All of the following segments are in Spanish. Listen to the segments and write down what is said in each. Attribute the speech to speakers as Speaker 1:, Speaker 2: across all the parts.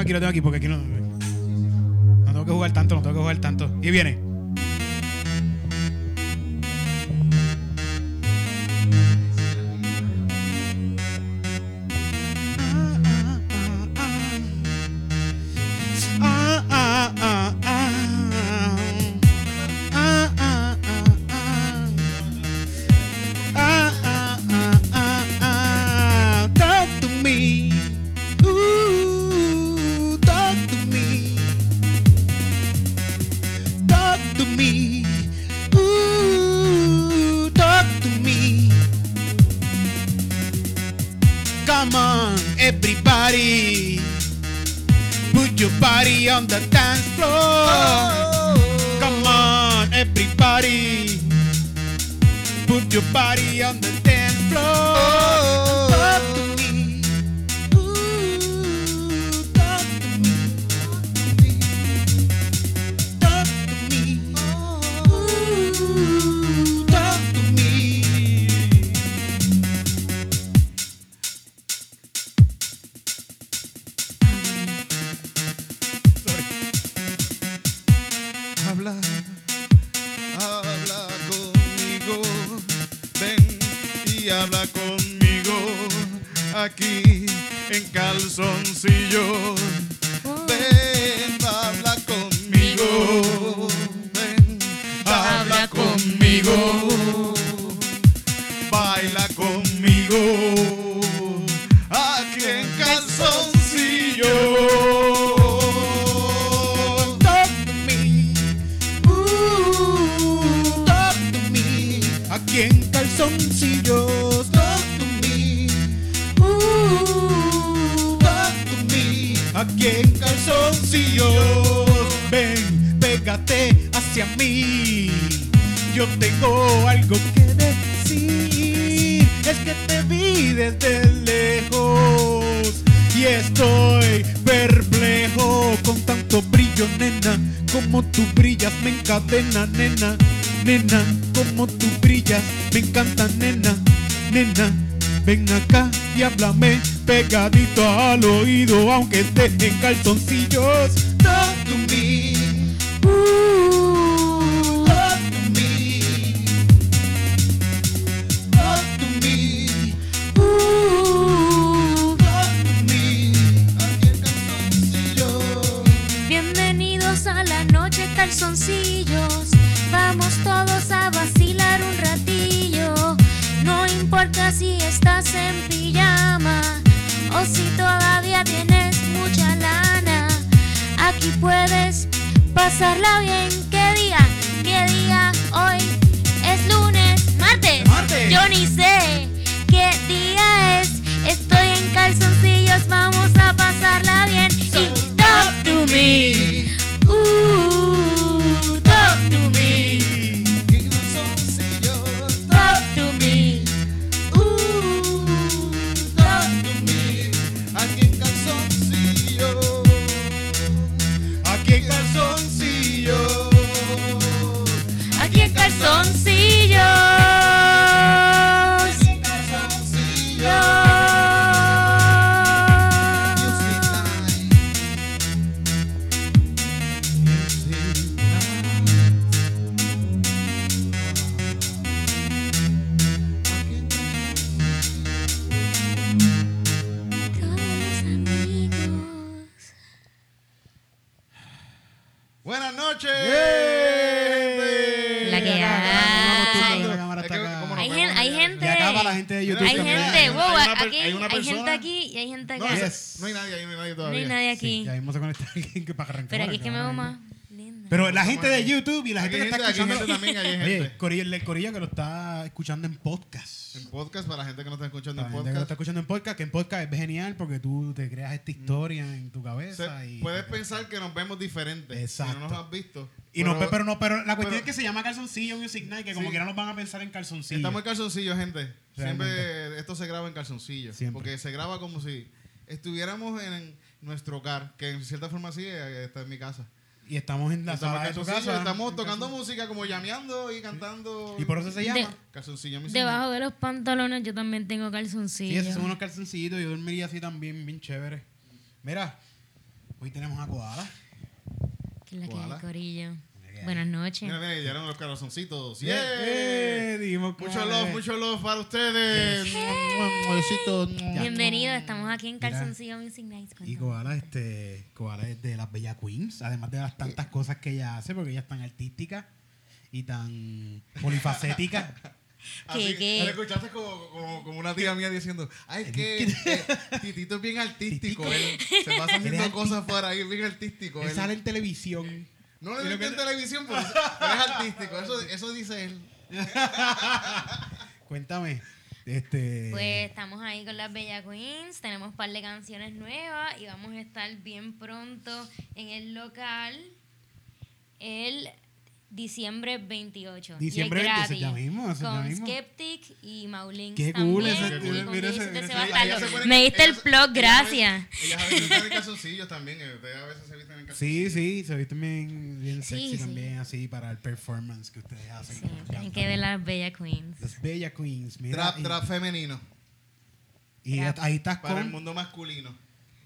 Speaker 1: aquí, lo tengo aquí, porque aquí no. No tengo que jugar tanto, no tengo que jugar tanto. Y viene. Ah, Talk to me. Ooh, talk to me. Talk to me. Ooh, talk to me. Come on, everybody. Put your body on the dance floor. Come on, everybody. Put your body on the dance floor. Talk to me. Ooh, talk to me. Talk to me. Ooh, talk to me. Sorry.
Speaker 2: Habla, habla conmigo. Ven y habla conmigo. Aquí en calzoncillo. Ven, habla conmigo. Ven, habla conmigo. Baila conmigo. Aquí en calzoncillo.
Speaker 1: Talk to me. Ooh, talk to me. Aquí en calzoncillos. Talk to me. Ooh, talk to me. Aquí en calzoncillos. Ven, pégate hacia mí. Yo tengo algo que decir. Es que te vi desde lejos. Y estoy perplejo con tanto brillo, nena. Como tú brillas, me encadena, nena. Nena, como tú brillas, me encanta, nena. Nena, ven acá y háblame pegadito al oído, aunque esté en calzoncillos. Talk to me. Ooh, talk to me. Talk to me.
Speaker 3: Uh,
Speaker 1: Ooh, talk to me. Aquí en calzoncillos.
Speaker 3: Bienvenidos a la noche calzoncillos. Vamos todos a vacilar un ratillo. No importa si estás en pijama o si todavía tienes mucha lana. Aquí puedes pasarla bien. ¿Qué día? ¿Qué día? Hoy es lunes, martes.
Speaker 1: Martes.
Speaker 3: Yo ni sé qué día es. Estoy en calzoncillos, vamos a pasarla bien. Y talk to me. Ooh, talk to me. Talk to uh, me. Ooh, talk to me.
Speaker 2: Aquí en calzoncillo,
Speaker 1: Aquí en calzoncillos.
Speaker 3: Aquí en calzoncillos. Todos amigos.
Speaker 2: Buenas noches.
Speaker 1: ¡Ey!
Speaker 2: gente.
Speaker 3: La que
Speaker 1: hay.
Speaker 2: Es que, ¿cómo nos
Speaker 1: Hay gen-
Speaker 2: vemos?
Speaker 3: hay gen- hay gente-
Speaker 1: Y acaba la gente de YouTube.
Speaker 3: Hay
Speaker 2: también.
Speaker 3: gente, wow,
Speaker 2: Hay una per-
Speaker 3: aquí
Speaker 2: hay una
Speaker 3: hay gente
Speaker 2: persona.
Speaker 3: aquí y hay gente
Speaker 2: No,
Speaker 3: acá.
Speaker 2: esa- no hay nadie ahí, no hay nadie
Speaker 3: No
Speaker 2: todavía.
Speaker 3: hay nadie
Speaker 1: Sí,
Speaker 3: aquí.
Speaker 1: ya mismo se conecta alguien que para arrancar.
Speaker 3: Pero aquí es que me veo
Speaker 1: cabrón.
Speaker 3: más linda.
Speaker 1: Pero la gente de YouTube y la gente
Speaker 2: Aquí
Speaker 1: que está
Speaker 2: hay gente, aquí
Speaker 1: escuchando.
Speaker 2: hay gente también, ahí hay
Speaker 1: Oye,
Speaker 2: gente.
Speaker 1: corillo, el corillo que lo está escuchando en podcast.
Speaker 2: En podcast, para la gente que no está escuchando
Speaker 1: La
Speaker 2: en
Speaker 1: gente que lo
Speaker 2: podcast. Mm.
Speaker 1: está escuchando en podcast, que en podcast es genial porque tú te creas esta historia en tu cabeza.
Speaker 2: se-
Speaker 1: y,
Speaker 2: puedes pensar que nos vemos diferentes.
Speaker 1: Exacto.
Speaker 2: Si no nos has visto.
Speaker 1: Y no, pe- pero no, pero la cuestión
Speaker 2: pero-
Speaker 1: es que se llama calzoncillo Music Night, que como
Speaker 2: Sí.
Speaker 1: quiera nos van a pensar en calzoncillo.
Speaker 2: Estamos en calzoncillo, gente.
Speaker 1: Realmente.
Speaker 2: Siempre esto se graba en calzoncillo.
Speaker 1: Siempre.
Speaker 2: Porque se graba como si estuviéramos en nuestro hogar, que en cierta forma sí eh, está en mi casa.
Speaker 1: y estamos en la
Speaker 2: Estamos
Speaker 1: sala de tu
Speaker 2: calzoncillo,
Speaker 1: casa.
Speaker 2: Estamos
Speaker 1: en
Speaker 2: tocando
Speaker 1: calzon-
Speaker 2: música, como llameando y cantando.
Speaker 1: Y por eso se llama.
Speaker 3: De-
Speaker 2: Calzoncillo mi
Speaker 3: Debajo de los pantalones yo también tengo
Speaker 1: Sí, esos
Speaker 3: calzoncillos.
Speaker 1: son unos calzoncillitos. Yo dormiría así también, bien chévere. Mira, Hoy tenemos a Koala.
Speaker 3: Que es la que hay,
Speaker 2: Koala.
Speaker 3: Corillo.
Speaker 1: que hay.
Speaker 3: Buenas noches.
Speaker 2: Mira, mira, llegaron los corazoncitos.
Speaker 1: Eh,
Speaker 2: Yeah.
Speaker 1: dimos
Speaker 2: Mucho
Speaker 1: Koala.
Speaker 2: love, mucho love para ustedes. Besitos.
Speaker 3: Bienvenidos, estamos aquí en Calzoncillo Music Nights.
Speaker 1: Y
Speaker 3: cuéntame.
Speaker 1: Koala, este, Koala es de las Bella Queens, además de las
Speaker 2: Eh.
Speaker 1: tantas cosas que ella hace, porque ella es tan artística y tan polifacética.
Speaker 2: Así,
Speaker 3: ¿Qué, qué?
Speaker 2: ¿la escuchaste como, como, como una tía mía diciendo, ay, es que eh, Titito es bien artístico, él se pasa haciendo
Speaker 1: Eres
Speaker 2: cosas por ahí, bien artístico.
Speaker 1: Él
Speaker 2: él".
Speaker 1: sale en televisión.
Speaker 2: No
Speaker 1: Y
Speaker 2: le
Speaker 1: lo
Speaker 2: digo
Speaker 1: que-
Speaker 2: en televisión, pero, pero es artístico, eso, eso dice él.
Speaker 1: Cuéntame, este...
Speaker 3: Pues estamos ahí con las Bella Queens, tenemos un par de canciones nuevas y vamos a estar bien pronto en el local el diciembre 28. Y es
Speaker 1: Diciembre 28, ya
Speaker 3: gratis,
Speaker 1: mismo, eso ya
Speaker 3: Con
Speaker 1: mismo.
Speaker 3: Skeptic y Maulin.
Speaker 1: Qué
Speaker 3: también,
Speaker 1: cool,
Speaker 2: ese-
Speaker 3: y con
Speaker 2: mira,
Speaker 1: mira ese-
Speaker 3: Luisito
Speaker 1: mira
Speaker 3: Sebastián.
Speaker 2: Ellas se ponen-
Speaker 3: Me diste el
Speaker 2: ellas-
Speaker 3: plug,
Speaker 2: ellas a veces-
Speaker 3: gracias.
Speaker 2: Ellas a veces están en calzoncillos también, eh, ustedes a veces se visten en
Speaker 1: Sí,
Speaker 2: calzoncillos.
Speaker 1: sí, se visten bien, bien
Speaker 3: Sí,
Speaker 1: sexy
Speaker 3: sí.
Speaker 1: también, así, para el performance que ustedes hacen.
Speaker 3: Sí, tienen que ver las Bella Queens.
Speaker 1: Las Bella Queens, mira.
Speaker 2: Trap,
Speaker 1: y-
Speaker 2: trap femenino,
Speaker 1: Y,
Speaker 3: Trap.
Speaker 1: ahí estás
Speaker 2: para el
Speaker 1: con...
Speaker 2: mundo masculino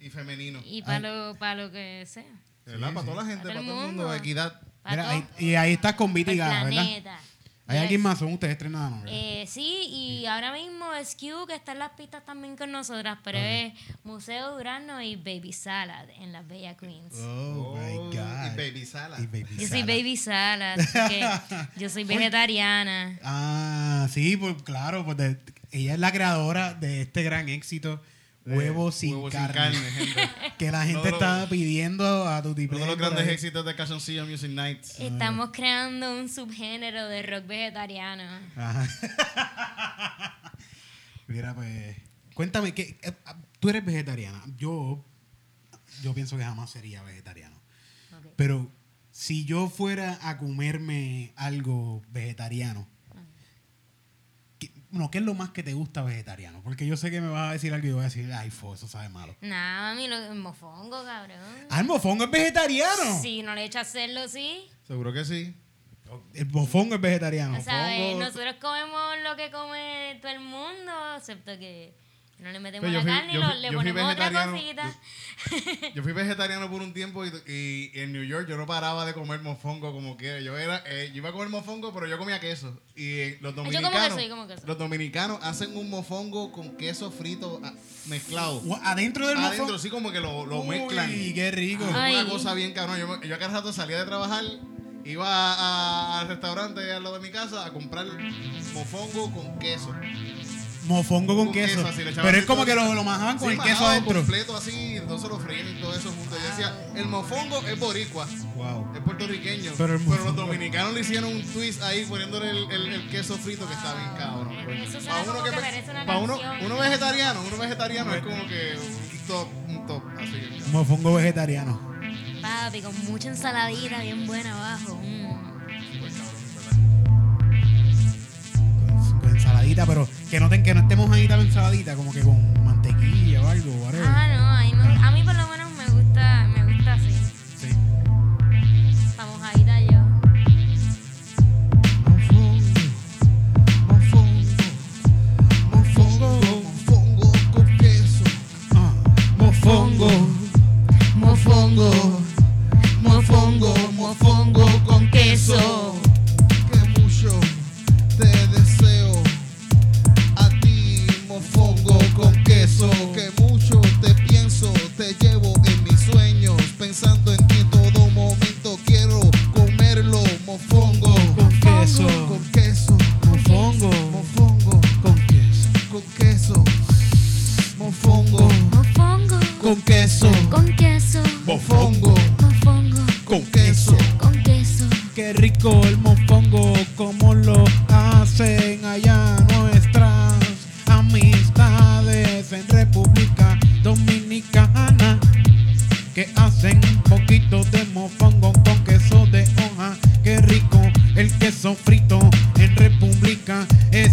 Speaker 2: y femenino.
Speaker 3: Y para lo, pa' lo que sea.
Speaker 2: De ¿Verdad?
Speaker 1: Sí,
Speaker 2: para
Speaker 1: sí.
Speaker 2: toda la gente,
Speaker 3: Para
Speaker 2: para,
Speaker 3: todo el
Speaker 2: todo el mundo,
Speaker 3: mundo.
Speaker 2: equidad.
Speaker 3: Para
Speaker 1: Mira,
Speaker 3: todo.
Speaker 1: ahí- y ahí estás con Viti
Speaker 3: Pa'l
Speaker 1: Gaga, ¿verdad?
Speaker 3: planeta.
Speaker 1: Hay
Speaker 3: Yes.
Speaker 1: alguien más, son ustedes tres nada más, ¿verdad?
Speaker 3: Eh, sí, y ahora mismo SQ, que está en las pistas también con nosotras, pero es Museo Durano y Baby Salad en las Bella Queens.
Speaker 1: Oh, my
Speaker 2: Oh,
Speaker 1: God.
Speaker 2: y Baby Sala.
Speaker 1: Y Baby
Speaker 3: yo soy
Speaker 1: Sala.
Speaker 3: Baby Salad, así que yo soy vegetariana.
Speaker 1: Ah, sí, pues claro, pues de- ella es la creadora de este gran éxito, Huevos sin
Speaker 2: Huevos
Speaker 1: carne,
Speaker 2: gente.
Speaker 1: que la gente
Speaker 2: Uno de los-
Speaker 1: está pidiendo a tu tipo.
Speaker 2: Uno de los grandes éxitos de Calzoncillo Music
Speaker 1: Mm.
Speaker 2: Nights.
Speaker 3: Estamos creando un subgénero de rock vegetariano.
Speaker 1: Mira, pues, cuéntame, que tú eres vegetariana. Yo, yo pienso que jamás sería vegetariano.
Speaker 3: Ok.
Speaker 1: Pero si yo fuera a comerme algo vegetariano, ¿qué, no, ¿qué es lo más que te gusta vegetariano? Porque yo sé que me vas a decir algo y yo voy a decir, ay, fo, eso sabe malo.
Speaker 3: Nada, mami, lo mofongo, cabrón.
Speaker 1: ¡Ah, el mofongo es vegetariano!
Speaker 3: Si no le echas hacerlo, sí.
Speaker 2: Seguro que sí.
Speaker 1: El mofongo es vegetariano.
Speaker 3: O sea, eh,
Speaker 1: Mofongo-
Speaker 3: nosotros comemos lo que come todo el mundo, excepto que no le metemos
Speaker 2: Pero Pues yo
Speaker 3: la
Speaker 2: fui-
Speaker 3: carne y
Speaker 2: yo
Speaker 3: lo-
Speaker 2: fui-
Speaker 3: le
Speaker 2: yo fui
Speaker 3: ponemos otra
Speaker 2: vegetariano.
Speaker 3: cosita.
Speaker 2: Yo fui vegetariano por un tiempo y, y en New York yo no paraba de comer mofongo como quiera. Yo era, eh, yo iba a comer mofongo, pero yo comía queso. Y eh, los
Speaker 3: como
Speaker 2: dominicanos,
Speaker 3: queso, yo como queso.
Speaker 2: los dominicanos hacen un mofongo con queso frito ah, mezclado.
Speaker 1: Ua- Adentro del mofongo.
Speaker 2: Adentro sí como que lo, lo mezclan.
Speaker 1: Uy, qué rico.
Speaker 2: Como
Speaker 3: Ay.
Speaker 2: Una cosa bien cabrón. Yo, me- yo a cada rato salía de trabajar, iba a- a- al restaurante al lado de mi casa a comprar mofongo con queso.
Speaker 1: Mofongo con,
Speaker 2: Con
Speaker 1: queso.
Speaker 2: queso, así, le echaban
Speaker 1: Pero es
Speaker 2: así
Speaker 1: como
Speaker 2: todo.
Speaker 1: que lo, lo majaban con
Speaker 2: Sí,
Speaker 1: el queso
Speaker 2: majado
Speaker 1: adentro.
Speaker 2: completo así, entonces lo freían y todo eso junto. Yo decía, el mofongo es boricua,
Speaker 1: Wow.
Speaker 2: es puertorriqueño.
Speaker 1: Pero
Speaker 2: Pero,
Speaker 1: el
Speaker 2: los
Speaker 1: mofongo-
Speaker 2: dominicanos le hicieron un twist ahí poniéndole el, el- el queso frito que está bien cabrón.
Speaker 3: Eso suena
Speaker 2: Pa'
Speaker 3: como que
Speaker 2: pe-
Speaker 3: parece una
Speaker 2: pa' uno,
Speaker 3: canción.
Speaker 2: uno vegetariano, uno vegetariano es como que un top, un top, así.
Speaker 1: Mofongo vegetariano.
Speaker 3: Papi, con mucha ensaladita bien buena abajo. mm.
Speaker 2: Pues, cabrón, ¿verdad?
Speaker 1: Con, con ensaladita, pero que noten que no estemos ahí tan ensaladita, como que con mantequilla o algo, whatever.
Speaker 3: Ah, no, a mí, me- a mí por lo menos me gusta, me gusta así.
Speaker 1: Sí.
Speaker 3: Pa' mojadita yo.
Speaker 1: Mofongo, mofongo, mofongo,
Speaker 2: Mofongo con queso.
Speaker 1: ah, mofongo,
Speaker 2: Mofongo, mofongo, mofongo con
Speaker 3: queso.
Speaker 2: Que mucho te deseo a ti, mofongo con queso. Que mucho te pienso, te llevo en mis sueños. Pensando en ti en todo momento, quiero comerlo, mofongo
Speaker 1: con queso,
Speaker 2: con queso.
Speaker 1: mofongo,
Speaker 2: Mofongo
Speaker 1: con queso,
Speaker 2: con queso. Mofongo
Speaker 3: Mofongo
Speaker 2: con queso.
Speaker 3: con queso.
Speaker 2: Mofongo
Speaker 3: Mofongo
Speaker 2: con queso.
Speaker 3: con queso.
Speaker 1: Qué rico el mofongo, como lo hacen allá nuestras amistades en República Dominicana. Que hacen un poquito de mofongo con queso de hoja. Qué rico el queso frito en República. Es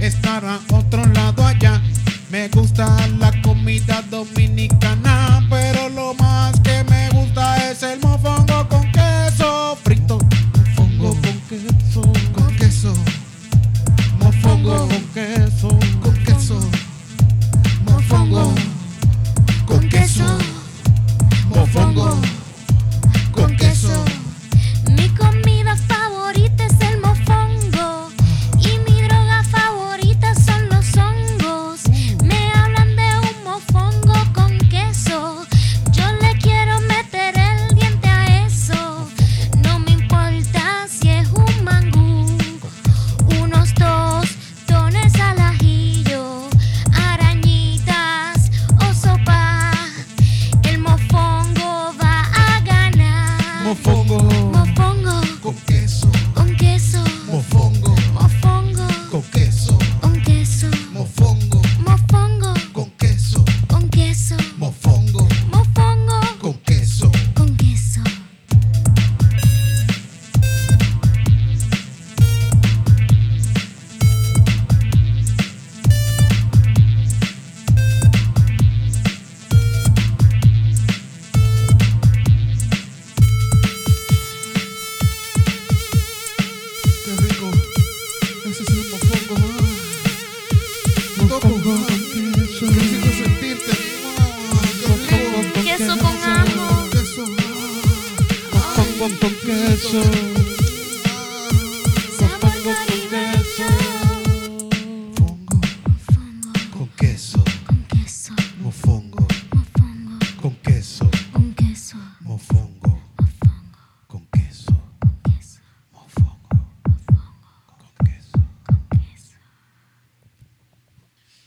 Speaker 1: estar a otro lado allá. Me gusta la comida dominicana, pero lo más que me gusta es el mofongo con queso frito. Mofongo con queso,
Speaker 2: Con queso.
Speaker 1: mofongo con queso,
Speaker 2: Con queso. Mofongo.
Speaker 3: Con queso.
Speaker 2: Mofongo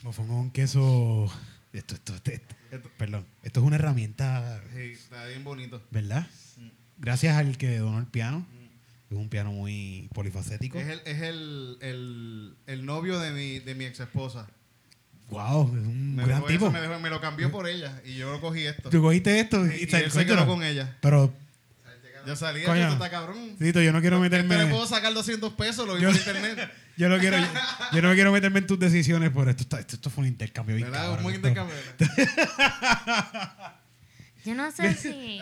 Speaker 1: Mofongón, queso. Esto, esto, esto- esto- esto- perdón, esto es una herramienta,
Speaker 2: Sí, está bien bonito.
Speaker 1: ¿verdad? Gracias al que donó el piano. Es un piano muy polifacético.
Speaker 2: Es el, es el, el, el novio de mi, de mi ex esposa.
Speaker 1: Wow, es un
Speaker 2: Me,
Speaker 1: gran
Speaker 2: dejó eso,
Speaker 1: tipo.
Speaker 2: me, dejó- me lo cambió por ella y yo lo cogí esto.
Speaker 1: Tú cogiste esto
Speaker 2: Y-
Speaker 1: y,
Speaker 2: y
Speaker 1: sa-
Speaker 2: él se
Speaker 1: sácalo.
Speaker 2: quedó con ella.
Speaker 1: Pero,
Speaker 2: Yo salí de
Speaker 1: Coño.
Speaker 2: esto, está cabrón.
Speaker 1: Tito, yo no quiero
Speaker 2: Yo le
Speaker 1: meterme.
Speaker 2: puedo sacar 200 pesos, lo vi
Speaker 1: Yo-
Speaker 2: por internet.
Speaker 1: Yo no quiero, yo, yo no quiero meterme en tus decisiones por esto. está- Esto, esto fue un intercambio. bien
Speaker 2: ¿Verdad?
Speaker 1: cabrón,
Speaker 2: Un buen
Speaker 1: esto.
Speaker 2: intercambio.
Speaker 3: Yo no sé si. I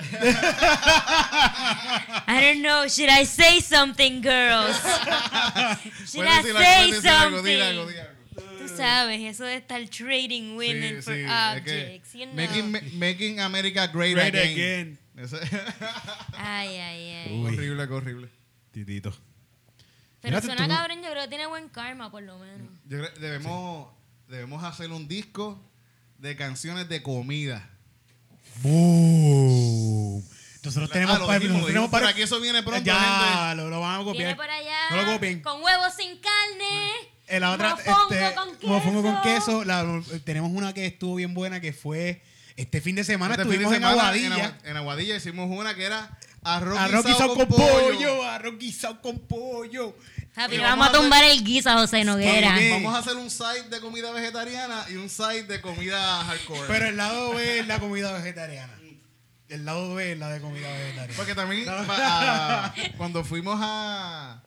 Speaker 3: don't know. Should I say something, girls? Should
Speaker 2: Puedes
Speaker 3: I say
Speaker 2: decir algo, puedes decir algo, di algo, di
Speaker 3: something?
Speaker 2: algo.
Speaker 3: Tú sabes, eso de estar trading
Speaker 2: Sí,
Speaker 3: women for
Speaker 2: sí, es que
Speaker 3: uh, objects, you know.
Speaker 2: making, ma- making America great,
Speaker 1: Great
Speaker 2: again.
Speaker 1: again.
Speaker 2: Eso-
Speaker 3: Ay, ay, ay.
Speaker 1: Uy,
Speaker 2: horrible, qué horrible.
Speaker 1: Titito.
Speaker 3: Pero
Speaker 1: Espérate,
Speaker 3: suena
Speaker 1: tú no-
Speaker 3: cabrón, yo creo que tiene buen karma, por lo menos.
Speaker 2: Yo creo- debemos, debemos hacer un disco de canciones de comida.
Speaker 1: Boom. Nosotros
Speaker 2: Ah,
Speaker 1: tenemos
Speaker 2: lo
Speaker 1: para
Speaker 2: dijimos, lo dijimos,
Speaker 1: tenemos para
Speaker 2: pero aquí eso viene pronto,
Speaker 1: Ya, lo, lo van a copiar.
Speaker 3: Viene por allá
Speaker 1: No lo copien.
Speaker 3: con huevos sin carne.
Speaker 1: Eh, la otra,
Speaker 3: mofongo
Speaker 1: este,
Speaker 3: con queso.
Speaker 1: mofongo con queso. La- tenemos una que estuvo bien buena que fue este fin de semana.
Speaker 2: Este fin de
Speaker 1: estuvimos en
Speaker 2: semana
Speaker 1: Aguadilla.
Speaker 2: Agua- En, Aguadilla hicimos una que era arroz,
Speaker 1: Arroz guisado
Speaker 2: guisado
Speaker 1: con pollo, arroz guisado con pollo.
Speaker 3: Papi,
Speaker 2: Y
Speaker 3: le vamos
Speaker 2: vamos
Speaker 3: a
Speaker 2: a hacer-
Speaker 3: tumbar el guisa a José Noguera.
Speaker 1: bien.
Speaker 2: Vamos a hacer un side de comida vegetariana y un side de comida hardcore.
Speaker 1: Pero el lado B es la comida vegetariana. El lado B es la de comida vegetariana.
Speaker 2: Porque también pa- a- cuando fuimos a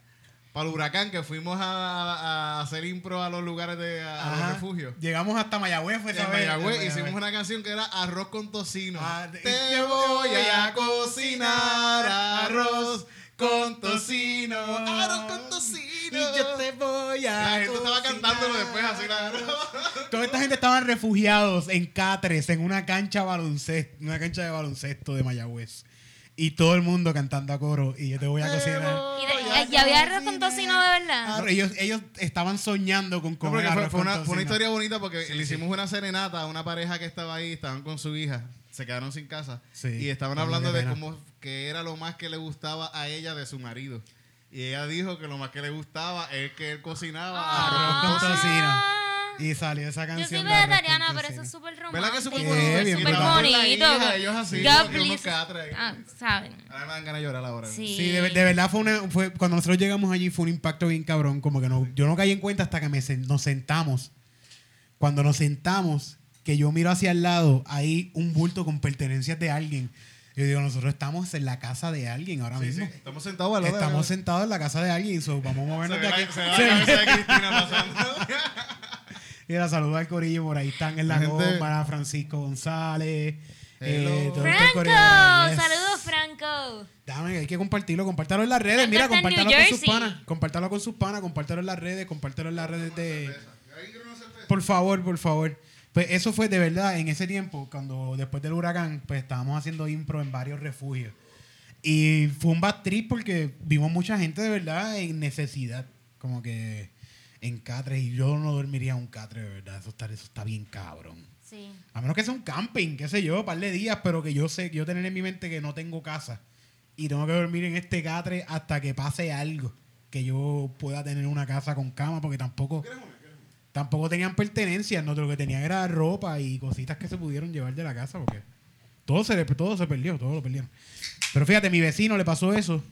Speaker 2: para el huracán, que fuimos a, a hacer impro a los lugares de a, a los
Speaker 1: Ajá.
Speaker 2: refugios.
Speaker 1: Llegamos hasta Mayagüez fue esa
Speaker 2: En
Speaker 1: vez.
Speaker 2: Mayagüez
Speaker 1: En
Speaker 2: hicimos una canción que era arroz con tocino.
Speaker 1: Ah, de-
Speaker 2: Te voy a cocinar arroz con tocino. Arroz con tocino.
Speaker 1: Y yo te voy a.
Speaker 2: La gente estaba
Speaker 1: cocinar.
Speaker 2: cantándolo después así. La...
Speaker 1: Toda esta gente estaban refugiados en Catres, en una cancha baloncesto, una cancha de baloncesto de Mayagüez. Y todo el mundo cantando a coro. Y yo te voy a cocinar.
Speaker 3: Y de- ay, ya había arroz con tocino de verdad.
Speaker 1: Ah, Ellos, ellos estaban soñando con
Speaker 2: No,
Speaker 1: comer
Speaker 2: porque fue,
Speaker 1: arroz
Speaker 2: fue
Speaker 1: con
Speaker 2: una, fue una
Speaker 1: tocino.
Speaker 2: historia bonita porque le hicimos una serenata a una pareja que estaba ahí, estaban con su hija, se quedaron sin casa
Speaker 1: Sí,
Speaker 2: y estaban
Speaker 1: coño,
Speaker 2: hablando
Speaker 1: qué
Speaker 2: de
Speaker 1: pena.
Speaker 2: cómo que era lo más que le gustaba a ella de su marido. Y ella dijo que lo más que le gustaba es que él cocinaba arroz.
Speaker 1: Arroz con tocino.
Speaker 3: Ah.
Speaker 1: Y salió esa
Speaker 3: Yo soy
Speaker 1: canción. de arroz con
Speaker 3: vegetariana, pero eso
Speaker 1: tocino.
Speaker 3: es súper romántico.
Speaker 2: ¿Verdad que es súper
Speaker 1: Qué
Speaker 2: bonito?
Speaker 1: bien,
Speaker 2: Sí,
Speaker 3: Súper
Speaker 1: bravo.
Speaker 2: la hija,
Speaker 3: bonito.
Speaker 2: ellos así,
Speaker 3: God
Speaker 2: como que unos
Speaker 3: please.
Speaker 2: catras.
Speaker 3: Ah, saben.
Speaker 2: Ahora me dan ganas de llorar ahora.
Speaker 3: Sí.
Speaker 1: Sí, de, de verdad fue una, fue, cuando nosotros llegamos allí fue un impacto bien cabrón, como que no, yo no caí en cuenta hasta que me sen- nos sentamos. Cuando nos sentamos, que yo miro hacia el lado, hay un bulto con pertenencias de alguien. Yo digo, nosotros estamos en la casa de alguien ahora
Speaker 2: Sí, sí,
Speaker 1: mismo.
Speaker 2: Estamos sentados al lado de-
Speaker 1: Estamos sentados en la casa de alguien, so, vamos a
Speaker 2: Se
Speaker 1: movernos
Speaker 2: ve
Speaker 1: de
Speaker 2: la-
Speaker 1: aquí.
Speaker 2: se ve la cabeza de Cristina pasando.
Speaker 1: Y la saluda al corillo, por ahí están en
Speaker 2: La
Speaker 1: la,
Speaker 2: gente-
Speaker 1: goma, Francisco González. eh,
Speaker 2: Hello.
Speaker 1: todo este
Speaker 3: Franco,
Speaker 1: corillo. Yes.
Speaker 3: saludos Franco.
Speaker 1: Dame, hay que compartirlo, compártalo en las redes,
Speaker 3: Franco
Speaker 1: mira,
Speaker 3: está en New
Speaker 1: compártalo con sus
Speaker 3: Jersey.
Speaker 1: panas, compártalo con sus panas, compártalo en las redes, compártalo en las redes de... Por favor, por favor. Pues eso fue de verdad en ese tiempo, cuando después del huracán, pues estábamos haciendo impro en varios refugios. Y fue un bad trip porque vimos mucha gente de verdad en necesidad, como que en catres, y yo no dormiría en un catre de verdad, eso está, eso está bien cabrón.
Speaker 3: Sí.
Speaker 1: A menos que sea un camping, qué sé yo, un par de días, pero que yo sé, que yo tener en mi mente que no tengo casa y tengo que dormir en este catre hasta que pase algo, que yo pueda tener una casa con cama, porque tampoco tampoco tenían pertenencias, no, lo que tenían era ropa y cositas que se pudieron llevar de la casa, porque todo se, le- todo se perdió, todo lo perdieron. Pero fíjate, mi vecino le pasó eso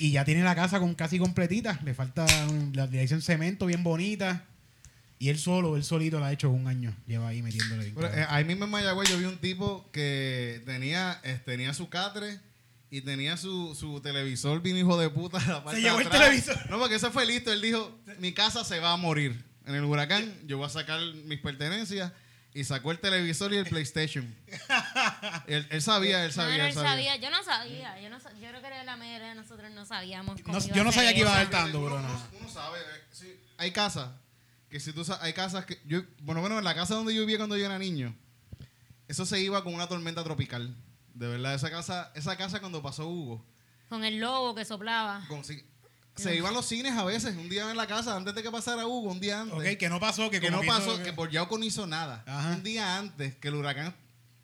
Speaker 1: y ya tiene la casa con casi completita, le falta un- la le en cemento bien bonita. Y él solo, él solito la ha hecho un año. Lleva ahí metiéndole bien.
Speaker 2: Bueno,
Speaker 1: cabrón.
Speaker 2: eh, ahí mismo en Mayagüez yo vi un tipo que tenía, eh, tenía su catre y tenía su, su televisor bien hijo de puta. en la parte de
Speaker 1: llevó el
Speaker 2: atrás.
Speaker 1: televisor.
Speaker 2: No, porque eso fue listo. Él dijo, mi casa se va a morir en el huracán. Yo voy a sacar mis pertenencias. Y sacó el televisor y el PlayStation. él, él sabía, él sabía,
Speaker 3: no, no,
Speaker 2: él sabía.
Speaker 3: Yo no sabía. Yo, no, sa- yo creo que la mayoría de nosotros no sabíamos.
Speaker 1: No-
Speaker 3: cómo iba
Speaker 1: yo
Speaker 3: a
Speaker 1: no
Speaker 3: ser
Speaker 1: sabía que iba a
Speaker 3: eso.
Speaker 1: dar tanto,
Speaker 2: Uno-
Speaker 1: bro. no.
Speaker 2: uno- uno sabe, eh, sí. Hay casas que si tú sa- hay casas que yo, bueno, bueno, en la casa donde yo vivía cuando yo era niño, eso se iba con una tormenta tropical. De verdad, esa casa, esa casa cuando pasó Hugo,
Speaker 3: Con el lobo que soplaba.
Speaker 2: con- si- se iban los cines a veces, un día en la casa antes de que pasara Hugo, un día antes.
Speaker 1: Ok, que no pasó, que,
Speaker 2: que
Speaker 1: como
Speaker 2: no
Speaker 1: hizo-
Speaker 2: pasó, que por Yauco no hizo nada.
Speaker 1: Ajá.
Speaker 2: Un día antes que el huracán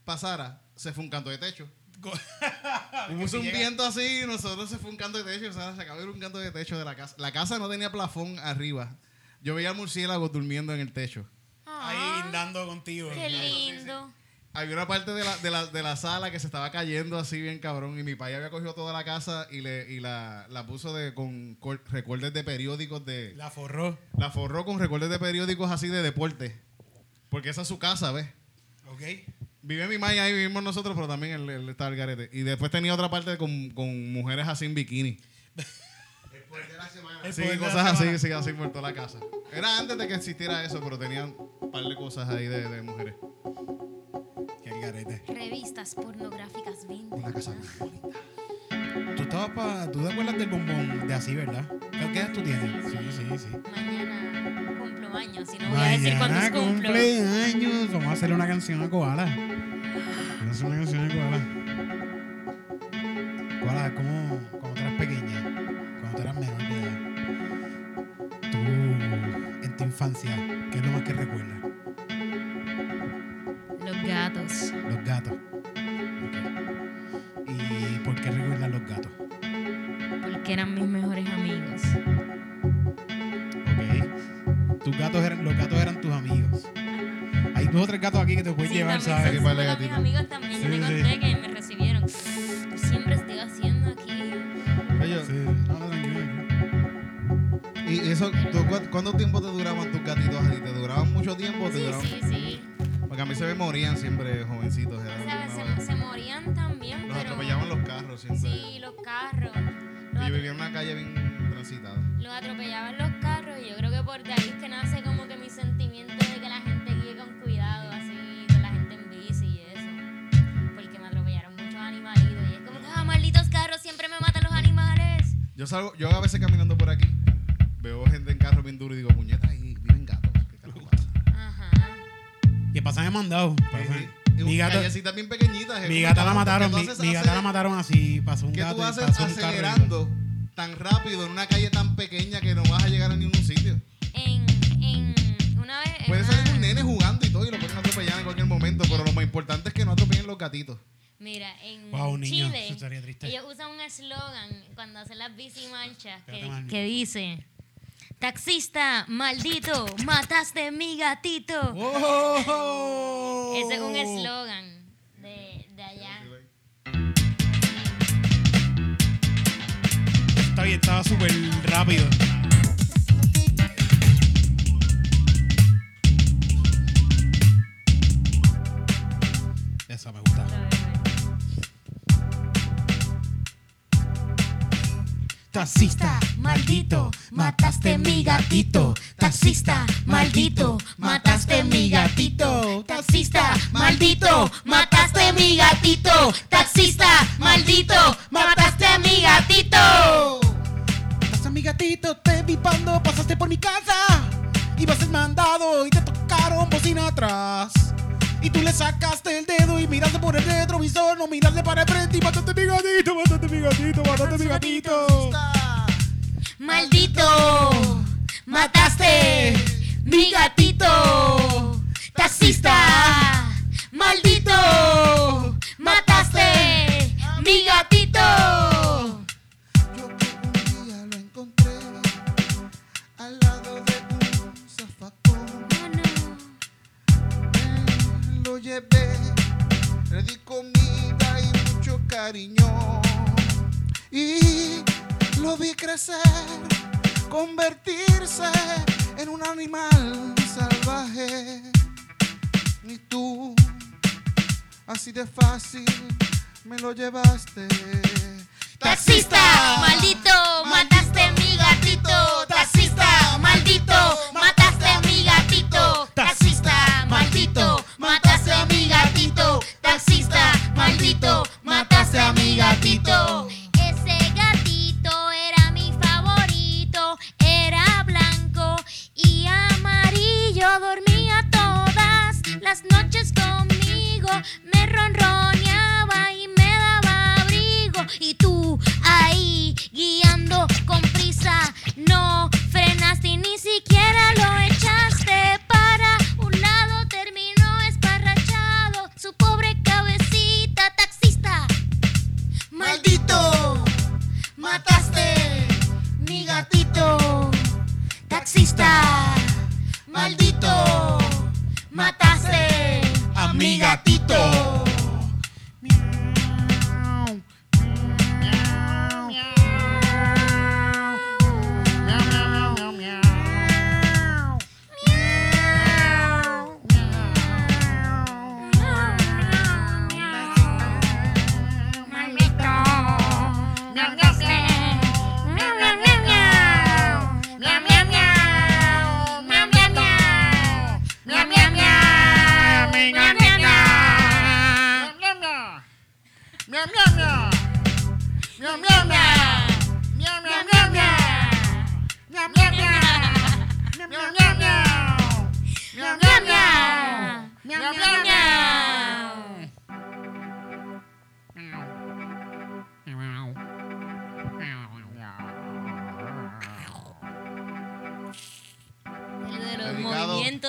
Speaker 2: pasara, se fue un canto de techo. Hubo
Speaker 1: si
Speaker 2: un
Speaker 1: llega-
Speaker 2: viento así y nosotros se fue un canto de techo. O sea, se acabó de ir un canto de techo de la casa. La casa no tenía plafón arriba. Yo veía murciélagos durmiendo en el techo.
Speaker 1: andando contigo.
Speaker 3: Ah. Qué lindo.
Speaker 2: Había una parte de la, de, la, de la sala que se estaba cayendo así bien cabrón y mi padre había cogido toda la casa y, le, y la, la puso de, con cor- recortes de periódicos de...
Speaker 1: La forró.
Speaker 2: La forró con recortes de periódicos así de deporte. Porque esa es su casa, ¿ves?
Speaker 1: ¿Ok?
Speaker 2: Vive mi maya ahí, vivimos nosotros, pero también él, él estaba el garete. Y después tenía otra parte con, con mujeres así en bikini.
Speaker 4: Después de la semana.
Speaker 1: El
Speaker 2: Sí,
Speaker 1: poder de la
Speaker 2: cosas así,
Speaker 1: semana.
Speaker 2: sí, así por toda la casa. Era antes de que existiera eso, pero tenían un par de cosas ahí de, de mujeres.
Speaker 1: Qué garete.
Speaker 3: Revistas pornográficas vintage.
Speaker 2: Una casa.
Speaker 1: Tú estabas pa- ¿Tú te acuerdas del bombón de así, verdad? ¿Qué qué edad tú tienes? Sí, sí, sí.
Speaker 3: Mañana cumplo años y no voy a decir cuántos
Speaker 1: Mañana
Speaker 3: cumplo.
Speaker 1: cumpleaños. Vamos a hacerle una canción a Koala. Vamos a hacer una canción a Koala. Koala, como cuando tú eras pequeña, cuando tú eras menor de edad, tú en tu infancia, ¿qué es lo más que recuerdas?
Speaker 3: Los gatos.
Speaker 1: Los gatos. Ok. ¿Y por qué recuerdas los gatos?
Speaker 3: Porque eran mis mejores amigos.
Speaker 1: Ok. Tus gatos eran, los gatos eran tus amigos. Hay dos o tres gatos aquí que te puedes
Speaker 3: Sí,
Speaker 1: llevar,
Speaker 3: también
Speaker 1: ¿sabes?
Speaker 2: Aquí
Speaker 3: son
Speaker 2: para el
Speaker 3: súper mis
Speaker 2: gatito.
Speaker 3: amigos también. Yo
Speaker 1: Sí,
Speaker 3: te
Speaker 1: sí.
Speaker 3: conté que me recibieron. Yo Siempre estoy haciendo aquí.
Speaker 2: Oye,
Speaker 1: Sí. No, no, tranquilo, tranquilo.
Speaker 2: ¿y eso, tú, cu- cuánto tiempo te duraban tus gatitos a ti? ¿Te duraban mucho tiempo? o te
Speaker 3: Sí,
Speaker 2: duraban-
Speaker 3: sí, sí.
Speaker 2: Porque a mí se me morían siempre jovencitos. era
Speaker 3: O
Speaker 2: una
Speaker 3: sea,
Speaker 2: vaina.
Speaker 3: se, se morían también,
Speaker 2: los
Speaker 3: pero.
Speaker 2: atropellaban los carros siempre.
Speaker 3: Sí, los carros. Los,
Speaker 2: Y yo
Speaker 3: atro-
Speaker 2: vivía en una calle bien transitada.
Speaker 3: los atropellaban los carros y yo creo que por de ahí es que nace como que mi sentimiento de que la gente guíe con cuidado, así, con la gente en bici y eso. Porque me atropellaron muchos animalitos y es como que, ah, malditos carros, siempre me matan los animales.
Speaker 2: Yo salgo, yo a veces caminando por aquí, veo gente en carro bien duro y digo, puñetas, ahí viven gatos. ¿Qué carajo pasa?
Speaker 3: Ajá.
Speaker 1: Que pasan de mandado.
Speaker 2: Sí, sí.
Speaker 1: Mi
Speaker 2: Y
Speaker 1: gata,
Speaker 2: callecitas bien pequeñitas. es
Speaker 1: mi
Speaker 2: como,
Speaker 1: gata la
Speaker 2: cabrón, ¿qué
Speaker 1: mataron.
Speaker 2: tú
Speaker 1: Mi,
Speaker 2: haces
Speaker 1: mi
Speaker 2: aceler-
Speaker 1: gata la mataron así. Pasó un
Speaker 2: ¿Qué
Speaker 1: gato.
Speaker 2: tú
Speaker 1: y
Speaker 2: haces
Speaker 1: pasó un carro y-
Speaker 2: acelerando tan rápido en una calle tan pequeña que no vas a llegar a ningún sitio?
Speaker 3: En, en una vez. en
Speaker 2: Puede
Speaker 3: una-
Speaker 2: salir un nene jugando y todo y lo pueden atropellar en cualquier momento, pero lo más importante es que no atropellen los gatitos.
Speaker 3: Mira, en
Speaker 1: Wow, niño,
Speaker 3: Chile,
Speaker 1: eso estaría triste.
Speaker 3: ellos usan un eslogan cuando hacen las bici manchas
Speaker 1: Espérate,
Speaker 3: que,
Speaker 1: mami.
Speaker 3: que dice: Taxista, maldito, mataste mi gatito.
Speaker 1: ¡Oh!
Speaker 3: Ese es un eslogan de, de allá.
Speaker 1: Está bien, estaba súper rápido. Esa me gusta. Taxista, maldito, mataste mi gatito. Taxista, maldito, mataste mi gatito.
Speaker 5: Taxista, maldito, mataste a mi gatito. Taxista, maldito, mataste a mi gatito.
Speaker 1: Mataste a mi gatito, te vi cuando pasaste por mi casa. Ibas mandado y te tocaron bocina atrás. Y tú le sacaste el dedo y miraste por el retrovisor, no miraste para el frente y mataste a mi gatito, mataste a mi gatito, mataste a mi gatito.
Speaker 5: Maldito, mataste mi gatito. Taxista, maldito, mataste mi gatito.
Speaker 2: Yo que un día lo encontré al lado de un zafacón. Lo llevé, le di comida y mucho cariño. Y lo vi crecer, convertirse en un animal salvaje. Y tú, así de fácil, me lo llevaste.
Speaker 5: Taxista, maldito, mataste a mi gatito. Taxista, maldito, mataste a mi gatito. Taxista, maldito, mataste a mi gatito. Taxista, maldito, mataste a mi gatito.
Speaker 3: Ese gatito era mi favorito, era blanco y amarillo, dormía todas las noches conmigo, me ronroneaba y me daba abrigo y tú ahí guiando con prisa, no frenaste y ni siquiera lo echaste para un lado, terminó esparrachado su pobre cabecita taxista.
Speaker 5: Maldito, mataste mi gatito. Taxista, maldito, mataste
Speaker 1: a mi gatito.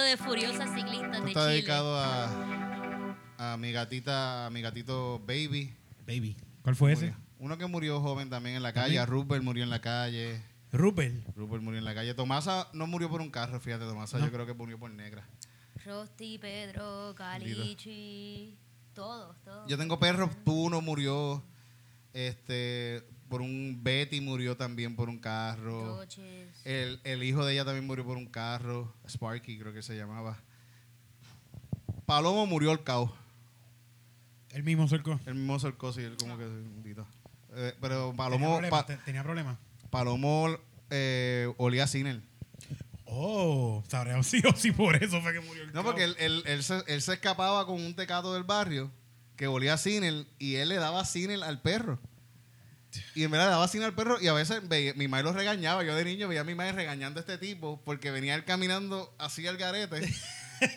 Speaker 5: de Furiosas Ciclistas de
Speaker 2: está
Speaker 5: Chile.
Speaker 2: dedicado a, a mi gatita, a mi gatito Baby.
Speaker 1: Baby. ¿Cuál fue ese?
Speaker 2: Uno que murió joven también en la calle.
Speaker 1: ¿También?
Speaker 2: Rupert murió en la calle.
Speaker 1: Rupert.
Speaker 2: Rupert murió en la calle. Tomasa no murió por un carro, fíjate, Tomasa.
Speaker 1: No.
Speaker 2: Yo creo que murió por negra.
Speaker 5: Rosti, Pedro, Calichi, todos, todos.
Speaker 2: Yo tengo perros. Tuno murió este, por un... Betty murió también por un carro.
Speaker 5: Roches.
Speaker 2: El, el hijo de ella también murió por un carro. Sparky, creo que se llamaba. Palomo murió al caos.
Speaker 1: El mismo cerco.
Speaker 2: El mismo cercó, sí, él como que. bendito. Eh, pero
Speaker 1: tenía
Speaker 2: Palomo,
Speaker 1: problemas.
Speaker 2: pa-
Speaker 1: te- tenía problemas.
Speaker 2: Palomo eh, olía a Ciner.
Speaker 1: Oh, sabré sí o sí por eso fue que murió el
Speaker 2: No, porque
Speaker 1: cabrón.
Speaker 2: él, él- él se, él se escapaba con un tecato del barrio que olía a Ciner y él le daba Ciner al perro. Y en verdad le daba Ciner al perro y a veces veía- mi madre lo regañaba. Yo de niño veía a mi madre regañando a este tipo porque venía él caminando así al garete.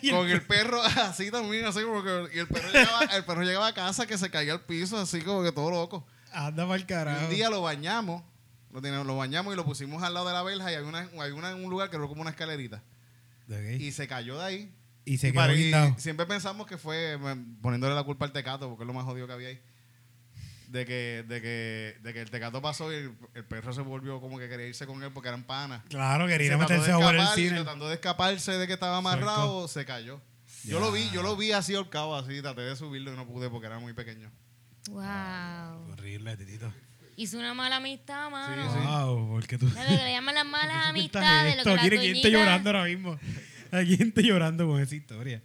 Speaker 1: Y el
Speaker 2: con el perro así también, así como que. Y el perro llegaba, el perro llegaba a casa que se caía al piso, así como que todo loco.
Speaker 1: Anda mal
Speaker 2: Y
Speaker 1: carajo.
Speaker 2: un día lo bañamos, lo, teníamos- lo bañamos y lo pusimos al lado de la verja y había una, había una- un lugar que era como una escalerita.
Speaker 1: Ok.
Speaker 2: Y se cayó de ahí.
Speaker 1: Y, se
Speaker 2: Y
Speaker 1: quedó
Speaker 2: pare- y
Speaker 1: blindado.
Speaker 2: siempre pensamos que fue bueno, poniéndole la culpa al tecato, porque es lo más jodido que había ahí. De que, de que, de que el tecato pasó y el, el perro se volvió como que quería irse con él porque eran panas.
Speaker 1: Claro,
Speaker 2: Se
Speaker 1: quería
Speaker 2: trató de
Speaker 1: meterse a jugar el
Speaker 2: escapar y
Speaker 1: cine.
Speaker 2: tratando de escaparse de que estaba amarrado, se cayó. Yo lo vi, yo lo vi así ahorcado, así, traté de subirlo y no pude porque era muy pequeño.
Speaker 5: Wow.
Speaker 1: Horrible, titito.
Speaker 5: Hizo una mala amistad, mano.
Speaker 2: Sí.
Speaker 1: Wow, porque tú.
Speaker 5: ¿Sabes lo que le llaman las malas
Speaker 1: ¿Qué estás
Speaker 5: amistades? Lo
Speaker 1: esto?
Speaker 5: que las
Speaker 1: Mire, ¿Quién está
Speaker 5: doñitas-
Speaker 1: llorando ahora mismo? ¿A quién está llorando con esa historia?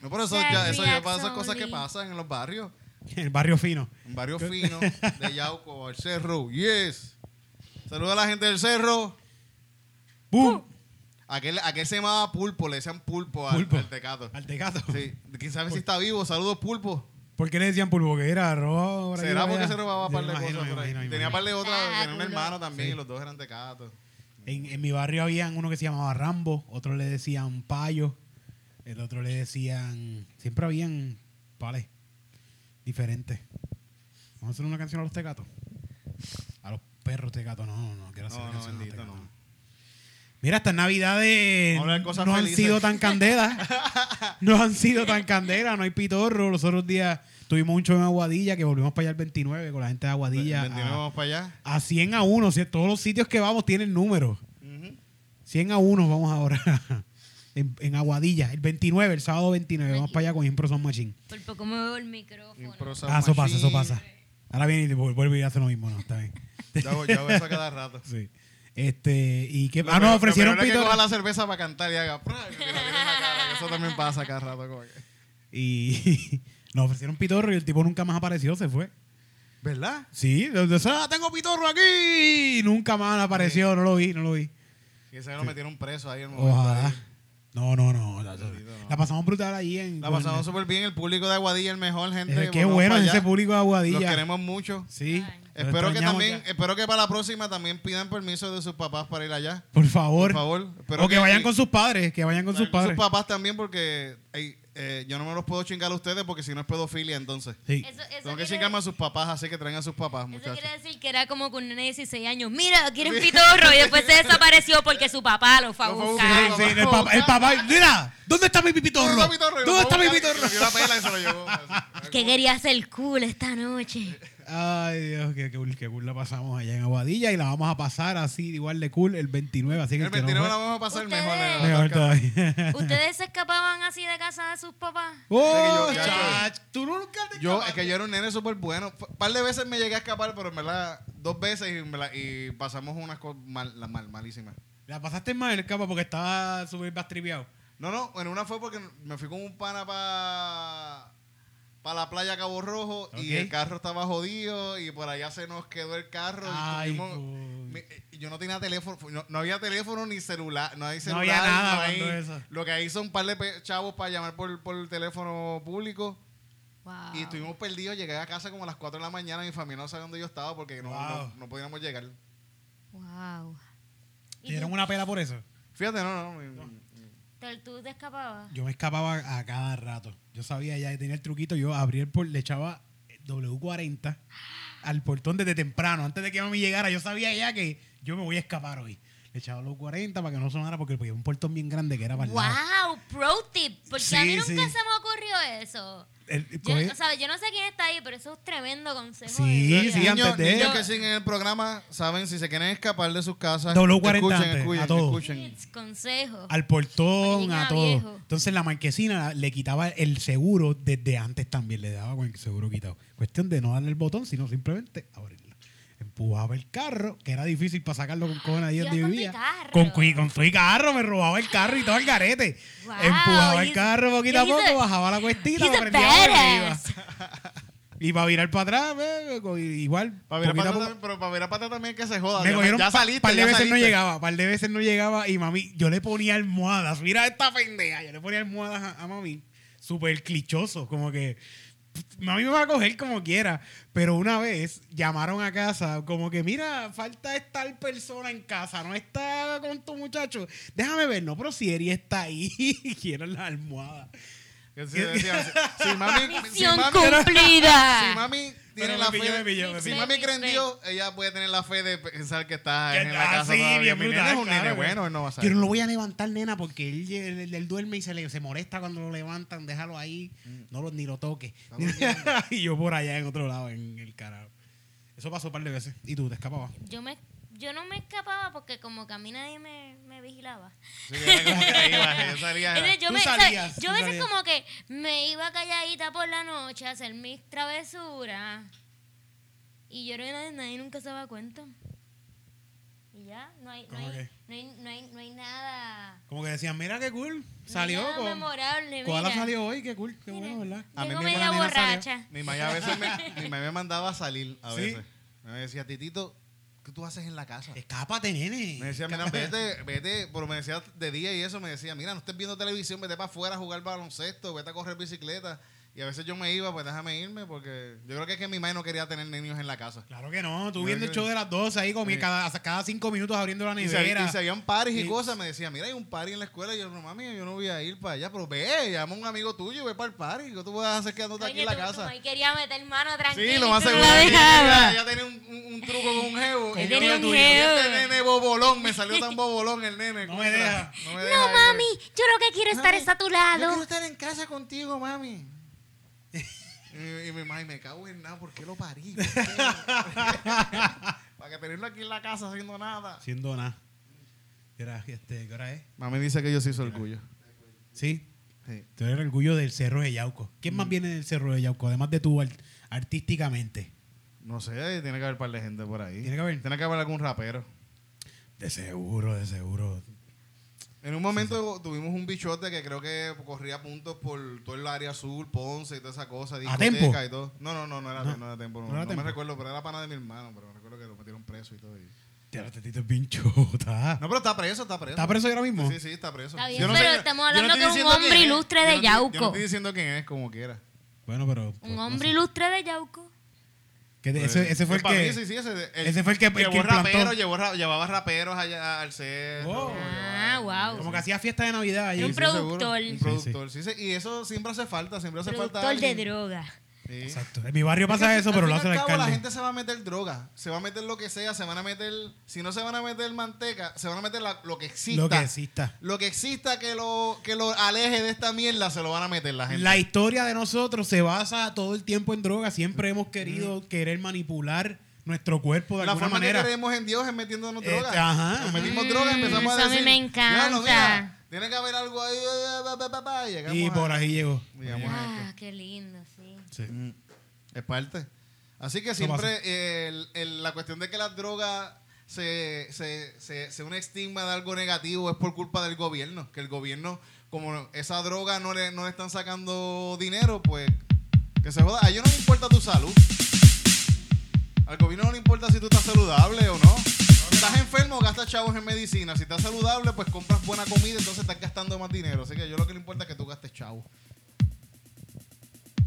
Speaker 2: No, pero eso
Speaker 5: Sad
Speaker 2: ya, eso ya
Speaker 5: reaction
Speaker 2: pasa, cosas que
Speaker 5: only.
Speaker 2: pasan en los barrios.
Speaker 1: El barrio fino.
Speaker 2: En barrio fino de Yauco, al cerro. Yes. Saluda a la gente del cerro.
Speaker 1: ¡Bum!
Speaker 2: Aquel, aquel se llamaba Pulpo, le decían Pulpo al,
Speaker 1: Pulpo.
Speaker 2: al tecato.
Speaker 1: Al tecato.
Speaker 2: Sí. Quién sabe si está vivo. Saludos, Pulpo.
Speaker 1: ¿Por qué le decían pulpo? Que era robo.
Speaker 2: ¿Será porque se robaba par de
Speaker 1: imagino,
Speaker 2: cosas
Speaker 1: me
Speaker 2: por ahí?
Speaker 1: imagino, me
Speaker 2: Tenía par de otras,
Speaker 5: Ah,
Speaker 2: tenía una
Speaker 5: culo.
Speaker 2: hermana también y los dos eran tecatos.
Speaker 1: En, en mi barrio habían uno que se llamaba Rambo, otro le decían Payo, el otro le decían. Siempre habían pales diferentes. Vamos a hacer una canción a los tecatos. A los perros tecatos, no, no, no quiero hacer
Speaker 2: No,
Speaker 1: una
Speaker 2: no,
Speaker 1: canción a los
Speaker 2: bendito,
Speaker 1: tecatos.
Speaker 2: no.
Speaker 1: Mira, estas navidades
Speaker 2: Vamos a hablar cosas
Speaker 1: no han
Speaker 2: felices.
Speaker 1: sido tan candelas. no han sido tan candelas, no hay pitorro. Los otros días tuvimos un show en Aguadilla que volvimos para allá el 29 con la gente de Aguadilla. a-
Speaker 2: Continuamos Pues, para allá.
Speaker 1: a 100 a 1. si- Todos los sitios que vamos tienen números. 100 a 1 vamos ahora. en, en Aguadilla, el 29, el sábado 29. Vamos para allá con Impro Sound Machine.
Speaker 5: Por poco me veo el micrófono.
Speaker 2: Impro Sound
Speaker 1: Ah, eso pasa, eso
Speaker 2: Machine.
Speaker 1: pasa. Ahora viene y te vuel- vuelve y hace lo mismo, ¿no? Está bien.
Speaker 2: Yo hago, yo hago eso cada rato.
Speaker 1: Sí. Este, y que.
Speaker 2: Lo
Speaker 1: Ah,
Speaker 2: peor-
Speaker 1: no,
Speaker 2: lo
Speaker 1: ofrecieron
Speaker 2: peor es que
Speaker 1: pitorro.
Speaker 2: coja la cerveza para cantar y haga. "Pra", y que le salga en la cara. Eso también pasa cada rato. como que-
Speaker 1: Y nos ofrecieron pitorro y el tipo nunca más apareció, se fue.
Speaker 2: ¿Verdad?
Speaker 1: Sí, de- de- ah, tengo pitorro aquí. Y nunca más apareció, no lo vi, no lo vi.
Speaker 2: Y ese lo metieron preso ahí en el momento.
Speaker 1: Ojalá. No, no, no. La,
Speaker 2: Bendito, no.
Speaker 1: la pasamos brutal allí en.
Speaker 2: La pasamos súper bien. El público de Aguadilla, el mejor, gente.
Speaker 1: Eh, qué
Speaker 2: Volvemos
Speaker 1: bueno
Speaker 2: para
Speaker 1: ese
Speaker 2: allá.
Speaker 1: público de Aguadilla.
Speaker 2: Los queremos mucho.
Speaker 1: Sí.
Speaker 5: Ay.
Speaker 1: los
Speaker 2: Espero que
Speaker 1: extrañamos
Speaker 2: también, eh,
Speaker 1: ya.
Speaker 2: espero que para la próxima también pidan permiso de sus papás para ir allá.
Speaker 1: Por favor.
Speaker 2: Por favor. Espero
Speaker 1: o que, vayan con sus padres, que vayan con sus
Speaker 2: vayan con
Speaker 1: padres.
Speaker 2: papás también porque ey, eh, yo no me los puedo chingar a ustedes porque si no es pedofilia entonces.
Speaker 1: Sí.
Speaker 5: Eso, eso
Speaker 2: Tengo que
Speaker 5: quiere-
Speaker 2: chingarme a sus papás, así que traigan a sus papás,
Speaker 5: Eso
Speaker 2: muchachos.
Speaker 5: quiere decir que era como con un nene de 16 años. Mira, quieren pitorro. Y después se desapareció porque su papá lo fue a
Speaker 2: Lo fue a
Speaker 5: buscar.
Speaker 1: Sí, sí, el papá, el papá- mira, ¿dónde está mi pipitorro?
Speaker 2: ¿Dónde está mi torre?
Speaker 1: ¿Dónde está mi
Speaker 2: Y lo
Speaker 1: pitorro?
Speaker 2: dio la pela y se lo llevó.
Speaker 5: Que quería hacer cool esta noche.
Speaker 1: Ay, Dios, qué, qué cool, qué cool la pasamos allá en Aguadilla y la vamos a pasar así, igual de cool, el 29. Así que
Speaker 2: El
Speaker 1: el que no
Speaker 2: 29
Speaker 1: fue-
Speaker 2: la vamos a pasar
Speaker 3: Ustedes-
Speaker 2: mejor. eh, le vamos a
Speaker 1: Mejor
Speaker 2: dar cara.
Speaker 1: todavía.
Speaker 3: ¿Ustedes se escapaban así de casa de sus papás?
Speaker 1: ¡Oh,
Speaker 2: Es que yo-
Speaker 1: chach! Tú nunca te
Speaker 2: Yo,
Speaker 1: escapaste.
Speaker 2: es que yo era un nene súper bueno. Un par de veces me llegué a escapar, pero en verdad, dos veces y, en verdad- y pasamos unas cosas mal, la- mal- malísimas.
Speaker 1: La pasaste mal el capa porque estaba súper bastripeado.
Speaker 2: No, no, en una fue porque me fui con un pana para pa la playa Cabo Rojo y
Speaker 1: Ok.
Speaker 2: el carro estaba jodido y por allá se nos quedó el carro. y
Speaker 1: Ay,
Speaker 2: tuvimos-
Speaker 1: cool.
Speaker 2: mi- eh, yo no tenía teléfono, no, no había teléfono ni celular, no hay celular.
Speaker 1: había nada
Speaker 2: no hay-
Speaker 1: cuando eso.
Speaker 2: Lo que hay son un par de pe- chavos para llamar por, por el teléfono público.
Speaker 3: Wow.
Speaker 2: Y estuvimos perdidos, llegué a casa como a las 4 de la mañana, mi familia no sabía dónde yo estaba porque no,
Speaker 1: Wow.
Speaker 2: no- no podíamos llegar.
Speaker 3: Wow.
Speaker 1: ¿Te dieron una pela por eso?
Speaker 2: Fíjate, no, no, no.
Speaker 3: Pero tú te escapabas.
Speaker 1: Yo me escapaba a cada rato. Yo sabía ya, tenía el truquito, yo abría el portón, le echaba W40 al portón desde temprano, antes de que mami llegara. Yo sabía ya que yo me voy a escapar hoy. Le echaba los 40 para que no sonara porque había un portón bien grande que era para el lado.
Speaker 3: Wow, pro tip. Porque a mí
Speaker 1: Sí,
Speaker 3: nunca
Speaker 1: sí.
Speaker 3: se me ocurrió eso.
Speaker 1: El- el
Speaker 3: Yo,
Speaker 1: coge-
Speaker 3: o sea, yo no sé quién está ahí, pero eso es un tremendo consejo.
Speaker 1: Sí,
Speaker 3: de vida.
Speaker 1: sí, antes
Speaker 2: niños,
Speaker 1: de-
Speaker 2: niños que siguen el programa saben si se quieren escapar de sus casas.
Speaker 1: W40
Speaker 2: escuchen,
Speaker 1: antes,
Speaker 2: escuchen,
Speaker 1: a todos.
Speaker 2: escuchen.
Speaker 3: Tips, consejos.
Speaker 1: al portón,
Speaker 3: Oye,
Speaker 1: a
Speaker 3: ya,
Speaker 1: todo.
Speaker 3: viejo.
Speaker 1: Entonces la marquesina le quitaba el seguro desde antes también, le daba con el seguro quitado. Cuestión de no darle el botón, sino simplemente abrirlo. Empujaba el carro, que era difícil para sacarlo con cojones ahí
Speaker 3: Ibas
Speaker 1: donde
Speaker 3: con tu
Speaker 1: vivía.
Speaker 3: carro.
Speaker 1: Con, cui- con tu carro, me robaba el carro y todo el garete.
Speaker 3: Wow,
Speaker 1: Empujaba el
Speaker 3: he's-
Speaker 1: carro poquito a
Speaker 3: he's a-
Speaker 1: poco, bajaba la cuestita,
Speaker 3: he's
Speaker 1: lo
Speaker 3: a
Speaker 1: prendía por arriba.
Speaker 3: badass.
Speaker 1: Y para virar para atrás, eh, co- igual.
Speaker 2: Para ver a
Speaker 1: poquito a
Speaker 2: pata
Speaker 1: poco-
Speaker 2: también, pero para ver a pata también que se joda.
Speaker 1: me
Speaker 2: ya,
Speaker 1: cogieron
Speaker 2: ya
Speaker 1: pa-
Speaker 2: saliste,
Speaker 1: par de
Speaker 2: ya
Speaker 1: veces no
Speaker 2: saliste.
Speaker 1: llegaba, par de veces no llegaba y mami, yo le ponía almohadas, mira esta pendeja, yo le ponía almohadas a, a mami, súper clichoso, como que pff, mami me va a coger como quiera, pero una vez llamaron a casa, como que mira, falta esta persona en casa, no está con tu muchacho, déjame ver, no, pero si Eri está ahí, quiero la almohada.
Speaker 2: Que sí, decían, si- si mami, si
Speaker 3: Misión
Speaker 2: mami, si
Speaker 3: cumplida.
Speaker 2: mami tiene
Speaker 1: me
Speaker 2: la
Speaker 1: pilló, me
Speaker 2: fe,
Speaker 1: pilló, me
Speaker 2: si
Speaker 1: pilló.
Speaker 2: mami cree en
Speaker 3: Sí, sí.
Speaker 2: Dios, ella puede tener la fe de pensar que está en la
Speaker 1: Ah,
Speaker 2: casa
Speaker 1: sí,
Speaker 2: todavía.
Speaker 1: bien
Speaker 2: Mi nene
Speaker 1: brutal,
Speaker 2: es un nene
Speaker 1: claro.
Speaker 2: bueno, él no va a
Speaker 1: Yo
Speaker 2: salir.
Speaker 1: no lo voy a levantar, nena, porque él, él- él duerme y se, le, se molesta cuando lo levantan. Déjalo ahí,
Speaker 2: Mm.
Speaker 1: no lo, ni lo toque. y yo por allá en otro lado, en el carajo. Eso pasó un par de veces. Y tú te escapabas.
Speaker 3: Yo, me, yo no me escapaba porque como que a mí nadie me, me vigilaba.
Speaker 2: Sí, era como que te ibas, ella salía, era-
Speaker 3: Entonces, yo
Speaker 1: Tú
Speaker 3: me, o sea,
Speaker 1: salías,
Speaker 3: yo
Speaker 1: tú
Speaker 3: a veces
Speaker 1: salías.
Speaker 3: como que me iba calladita por la noche a hacer mis travesuras. Y yo creo que nadie, nadie nunca se daba cuenta. Y ya, no hay, no
Speaker 1: ¿Cómo
Speaker 3: hay,
Speaker 1: que?
Speaker 3: no hay, no hay, no hay nada.
Speaker 1: Como que decían, mira qué cool.
Speaker 3: no hay
Speaker 1: Salió.
Speaker 3: nada
Speaker 1: con-
Speaker 3: memorable.
Speaker 1: Koala
Speaker 3: mira.
Speaker 1: salió hoy, qué cool. Qué
Speaker 3: Mira.
Speaker 1: bueno, ¿verdad?
Speaker 2: A mí
Speaker 3: Llegó
Speaker 2: mi
Speaker 3: media
Speaker 2: hermana Nina salió.
Speaker 3: borracha.
Speaker 2: Mi mamá a veces me, mi mamá me mandaba a salir a
Speaker 1: Sí.
Speaker 2: veces. Me decía, Titito, ¿qué tú haces en la casa?
Speaker 1: Escápate, nene.
Speaker 2: Me decía, mira, vete, vete, pero me decía de día y eso, me decía, mira, no estés viendo televisión, vete para afuera a jugar baloncesto, vete a correr bicicleta. Y a veces yo me iba, pues déjame irme, porque yo creo que es que mi madre no quería tener niños en la casa.
Speaker 1: Claro que no. Tú
Speaker 2: Yo
Speaker 1: viendo el
Speaker 2: que-
Speaker 1: show de las 12 ahí, comí
Speaker 2: Sí.
Speaker 1: cada, cada cinco minutos abriendo la
Speaker 2: Y se,
Speaker 1: nevera.
Speaker 2: y se habían paris y
Speaker 1: Sí.
Speaker 2: cosas, me decía, mira, hay un party en la escuela. Y yo, no mami, yo no voy a ir para allá, pero ve, llama a un amigo tuyo y ve para el party. ¿Qué tú vas a hacer quedándote aquí
Speaker 3: Oye,
Speaker 2: en la
Speaker 3: tú- tu
Speaker 2: casa?
Speaker 3: mamá quería meter mano tranquila.
Speaker 2: Sí, lo
Speaker 3: y
Speaker 2: más
Speaker 3: tú no
Speaker 2: seguro.
Speaker 3: la
Speaker 2: es que
Speaker 3: dejabas.
Speaker 2: Ella, ella tenía un, un- un truco con un jevo.
Speaker 3: Ella
Speaker 2: Y
Speaker 3: tenía
Speaker 2: yo,
Speaker 3: un
Speaker 2: "Tuyo,
Speaker 3: jevo".
Speaker 2: Este nene bobolón, me salió tan bobolón el nene.
Speaker 1: No me
Speaker 2: contra.
Speaker 1: deja.
Speaker 2: No, me
Speaker 3: No,
Speaker 2: deja, yo-
Speaker 3: mami, yo lo que quiero estar
Speaker 2: Mami,
Speaker 3: es a tu
Speaker 2: Yo quiero
Speaker 3: lado.
Speaker 2: estar en casa contigo, mami. y, y mi mamá, "Ay, me cago en nada, ¿por qué lo parí? ¿Por qué? Para que tenerlo aquí en la casa haciendo nada.
Speaker 1: Siendo nada. Era, este, ¿Qué hora es?
Speaker 2: Mami dice que yo sí soy orgullo.
Speaker 1: Sí.
Speaker 2: Sí.
Speaker 1: Tú eres el orgullo del Cerro de Yauco. ¿Quién
Speaker 2: Mm.
Speaker 1: más viene del Cerro de Yauco? Además de tú art- artísticamente.
Speaker 2: No sé, tiene que haber un par de gente por ahí.
Speaker 1: Tiene que haber.
Speaker 2: Tiene que haber algún rapero.
Speaker 1: De seguro, de seguro.
Speaker 2: En un momento tuvimos un bichote que creo que corría puntos por todo el área sur, Ponce y toda esa cosa,
Speaker 1: tempo?
Speaker 2: discoteca y todo. No, no, no, no era,
Speaker 1: No.
Speaker 2: no era tiempo. No,
Speaker 1: No era
Speaker 2: no
Speaker 1: tempo.
Speaker 2: me recuerdo, pero era pana de mi hermano, pero me recuerdo que lo metieron preso y todo. y-
Speaker 1: Te la tetita es bien chota.
Speaker 6: Ah,
Speaker 2: No, pero está preso, está preso.
Speaker 1: ¿Está preso ahora mismo?
Speaker 2: Sí, sí, está preso.
Speaker 3: Está bien, pero estamos hablando
Speaker 2: estoy
Speaker 3: que un
Speaker 2: diciendo
Speaker 3: hombre
Speaker 2: quién es.
Speaker 3: ilustre
Speaker 2: Yo
Speaker 3: de
Speaker 2: no estoy- Yo
Speaker 3: Yauco.
Speaker 2: no estoy diciendo quién es, como quiera.
Speaker 1: Bueno, pero. pues,
Speaker 3: Un
Speaker 1: no
Speaker 3: hombre
Speaker 1: sé.
Speaker 3: ilustre de Yauco.
Speaker 1: Que de- ese, ese fue el
Speaker 2: Para mí,
Speaker 1: que.
Speaker 2: sí, sí, ese, el-
Speaker 1: ese fue el que- el
Speaker 2: llevó
Speaker 1: que implantó. Oh.
Speaker 2: raperos, llevó ra- llevaba raperos allá al centro.
Speaker 1: Wow.
Speaker 3: Ah, wow.
Speaker 1: Como que hacía fiesta de Navidad allí.
Speaker 3: Era un
Speaker 2: Sí, seguro.
Speaker 3: productor.
Speaker 2: Un
Speaker 1: Sí, sí.
Speaker 2: productor, sí, sí. Y eso siempre hace falta, siempre hace falta.
Speaker 3: Productor de
Speaker 2: alguien.
Speaker 3: droga.
Speaker 2: Sí.
Speaker 6: Exacto. En mi barrio pasa
Speaker 2: Es que
Speaker 6: eso,
Speaker 2: al
Speaker 6: pero
Speaker 2: fin
Speaker 6: lo
Speaker 2: y
Speaker 6: hace
Speaker 2: al
Speaker 6: el
Speaker 2: cabo, la
Speaker 6: alcalde.
Speaker 2: gente se va a meter droga, se va a meter lo que sea, se van a meter, si no se van a meter manteca, se van a meter la- lo que exista.
Speaker 6: Lo que exista.
Speaker 2: Lo que exista que lo, que lo aleje de esta mierda, se lo van a meter la gente.
Speaker 6: La historia de nosotros se basa todo el tiempo en droga. Siempre hemos querido querer manipular nuestro cuerpo de
Speaker 2: Mm. La
Speaker 6: alguna
Speaker 2: forma
Speaker 6: manera.
Speaker 2: que creemos en Dios es metiéndonos
Speaker 6: Este,
Speaker 2: drogas.
Speaker 6: ajá.
Speaker 2: Nos metimos
Speaker 3: Mm,
Speaker 2: drogas y empezamos
Speaker 3: eso
Speaker 2: a
Speaker 3: a mí
Speaker 2: decir...
Speaker 3: me
Speaker 2: "Diablo,
Speaker 3: encanta".
Speaker 2: tiene que haber algo ahí. pa, pa, pa, pa", y llegamos
Speaker 6: Y
Speaker 2: a-
Speaker 6: por ahí llegó.
Speaker 2: llegamos a esto.
Speaker 3: Ah, qué lindo, sí.
Speaker 6: Sí.
Speaker 2: Mm, Es parte. Así que siempre eh, el- el- la cuestión de que las drogas se, se, se, se un estigma de algo negativo es por culpa del gobierno. Que el gobierno, como esa droga no le, no le están sacando dinero, pues que se joda. A ellos no les importa tu salud. Al gobierno no le importa si tú estás saludable o no. Si estás enfermo, gastas chavos en medicina. Si estás saludable, pues compras buena comida, entonces estás gastando más dinero. Así que yo lo que le importa es que tú gastes chavos.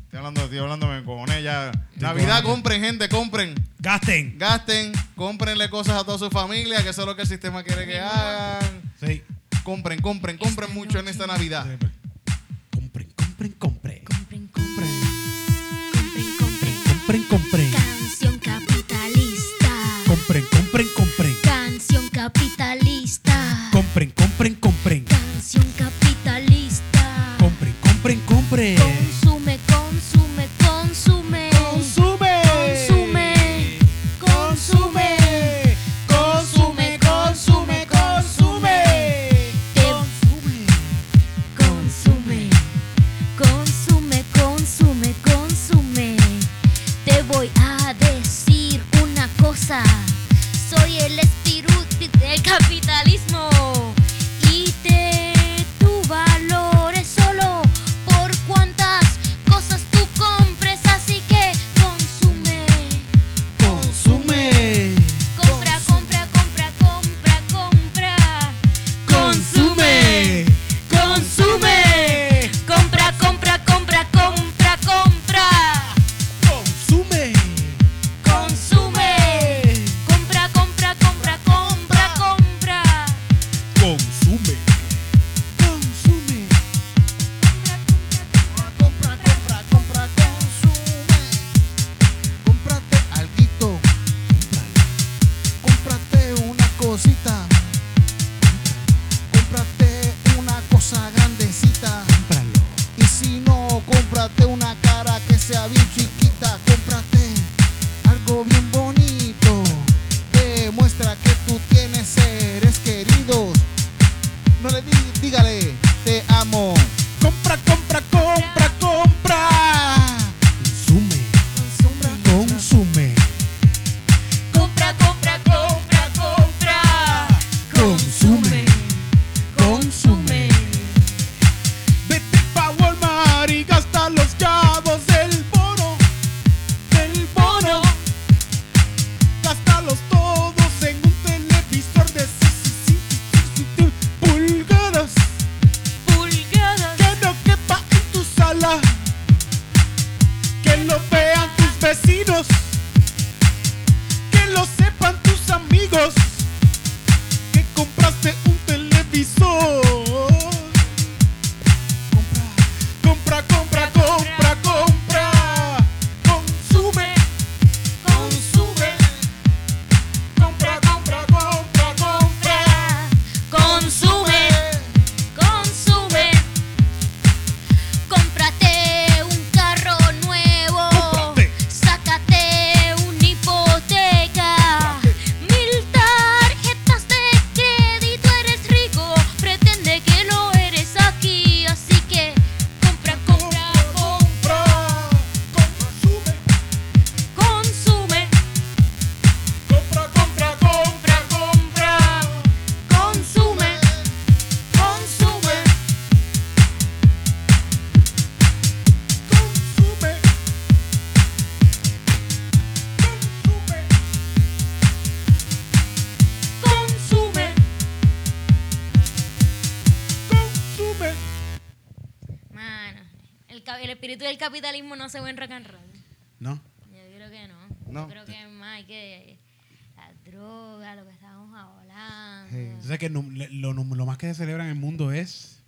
Speaker 2: Estoy hablando, estoy hablando, me encojoné ya. Navidad, compren, gente, compren.
Speaker 6: Gasten.
Speaker 2: Gasten, cómprenle cosas a toda su familia, que eso es lo que el sistema quiere que hagan.
Speaker 6: Sí.
Speaker 2: Compren, compren, compren mucho en esta Navidad.
Speaker 6: Compren, compren, compren.
Speaker 5: Compren,
Speaker 6: Compren,
Speaker 5: compren, compren, compren.
Speaker 6: compren, compren.
Speaker 5: Canción capitalista.
Speaker 6: Compren, compren, compren.
Speaker 5: Canción capitalista.
Speaker 6: Compren, compren, compren.
Speaker 5: Canción capitalista.
Speaker 6: Compren, compren, compren.
Speaker 5: Consume, consume, consume.
Speaker 6: Consume.
Speaker 5: Consume. Consume. Consume, consume, consume. Consume, consume, consume, consume. Te voy a decir una cosa. Soy el espíritu del capitalismo. Y te tu valor es solo por cuantas cosas tú compres. Así que consume.
Speaker 6: Consume.
Speaker 5: Compra, compra, compra, compra, compra.
Speaker 6: Consume.
Speaker 5: Consume. Compra, compra, compra, compra, compra.
Speaker 6: Consume.
Speaker 5: Consume. Compra, compra, compra, compra, compra.
Speaker 6: Consume. Consume.
Speaker 2: Compra, compra, compra, consume. Cómprate alguito. Cómprate una cosita. Cómprate una cosa grandecita.
Speaker 6: Cómpralo.
Speaker 2: Y si no, cómprate una cara que sea bien chiquita. Cómprate algo bien bonito. Demuestra que tú tienes seres queridos. No le di- dígale, te amo.
Speaker 6: Compra, compra, compra, compra. Consume. Consume.
Speaker 5: Compra, compra, compra, compra.
Speaker 6: Consume.
Speaker 5: Consume.
Speaker 6: Vete pa' Walmart y gasta los chavos del bono. Del bono. Gástalos todos en un televisor de 65 pulgadas.
Speaker 5: Pulgadas.
Speaker 6: Que no quepa en tu sala. Que lo vean tus vecinos. Que lo sepan tus amigos. Que compraste un televisor. Compra, compra, compra, compra, compra. Consume, consume. Compra, compra, compra, compra.
Speaker 5: Consume, consume. Cómprate un carro nuevo.
Speaker 6: Cómprate.
Speaker 5: Sácate una hipoteca. Mil tarjetas de crédito. Eres rico. Pretende que lo eres aquí. Así que compra, compra, compra.
Speaker 6: Compra, consume.
Speaker 5: Consume,
Speaker 6: Compra, compra, compra, compra.
Speaker 5: consume, consume.
Speaker 6: Consume. Consume.
Speaker 5: consume.
Speaker 6: Consume.
Speaker 3: Mano, el, ca- el espíritu del capitalismo no se ve en rock and roll.
Speaker 6: No.
Speaker 3: Yo creo que no.
Speaker 2: No.
Speaker 3: Yo creo que es más hay que la droga, lo que estábamos hablando.
Speaker 6: O sea que nu- le- lo, nu- lo más que se celebra en el mundo es,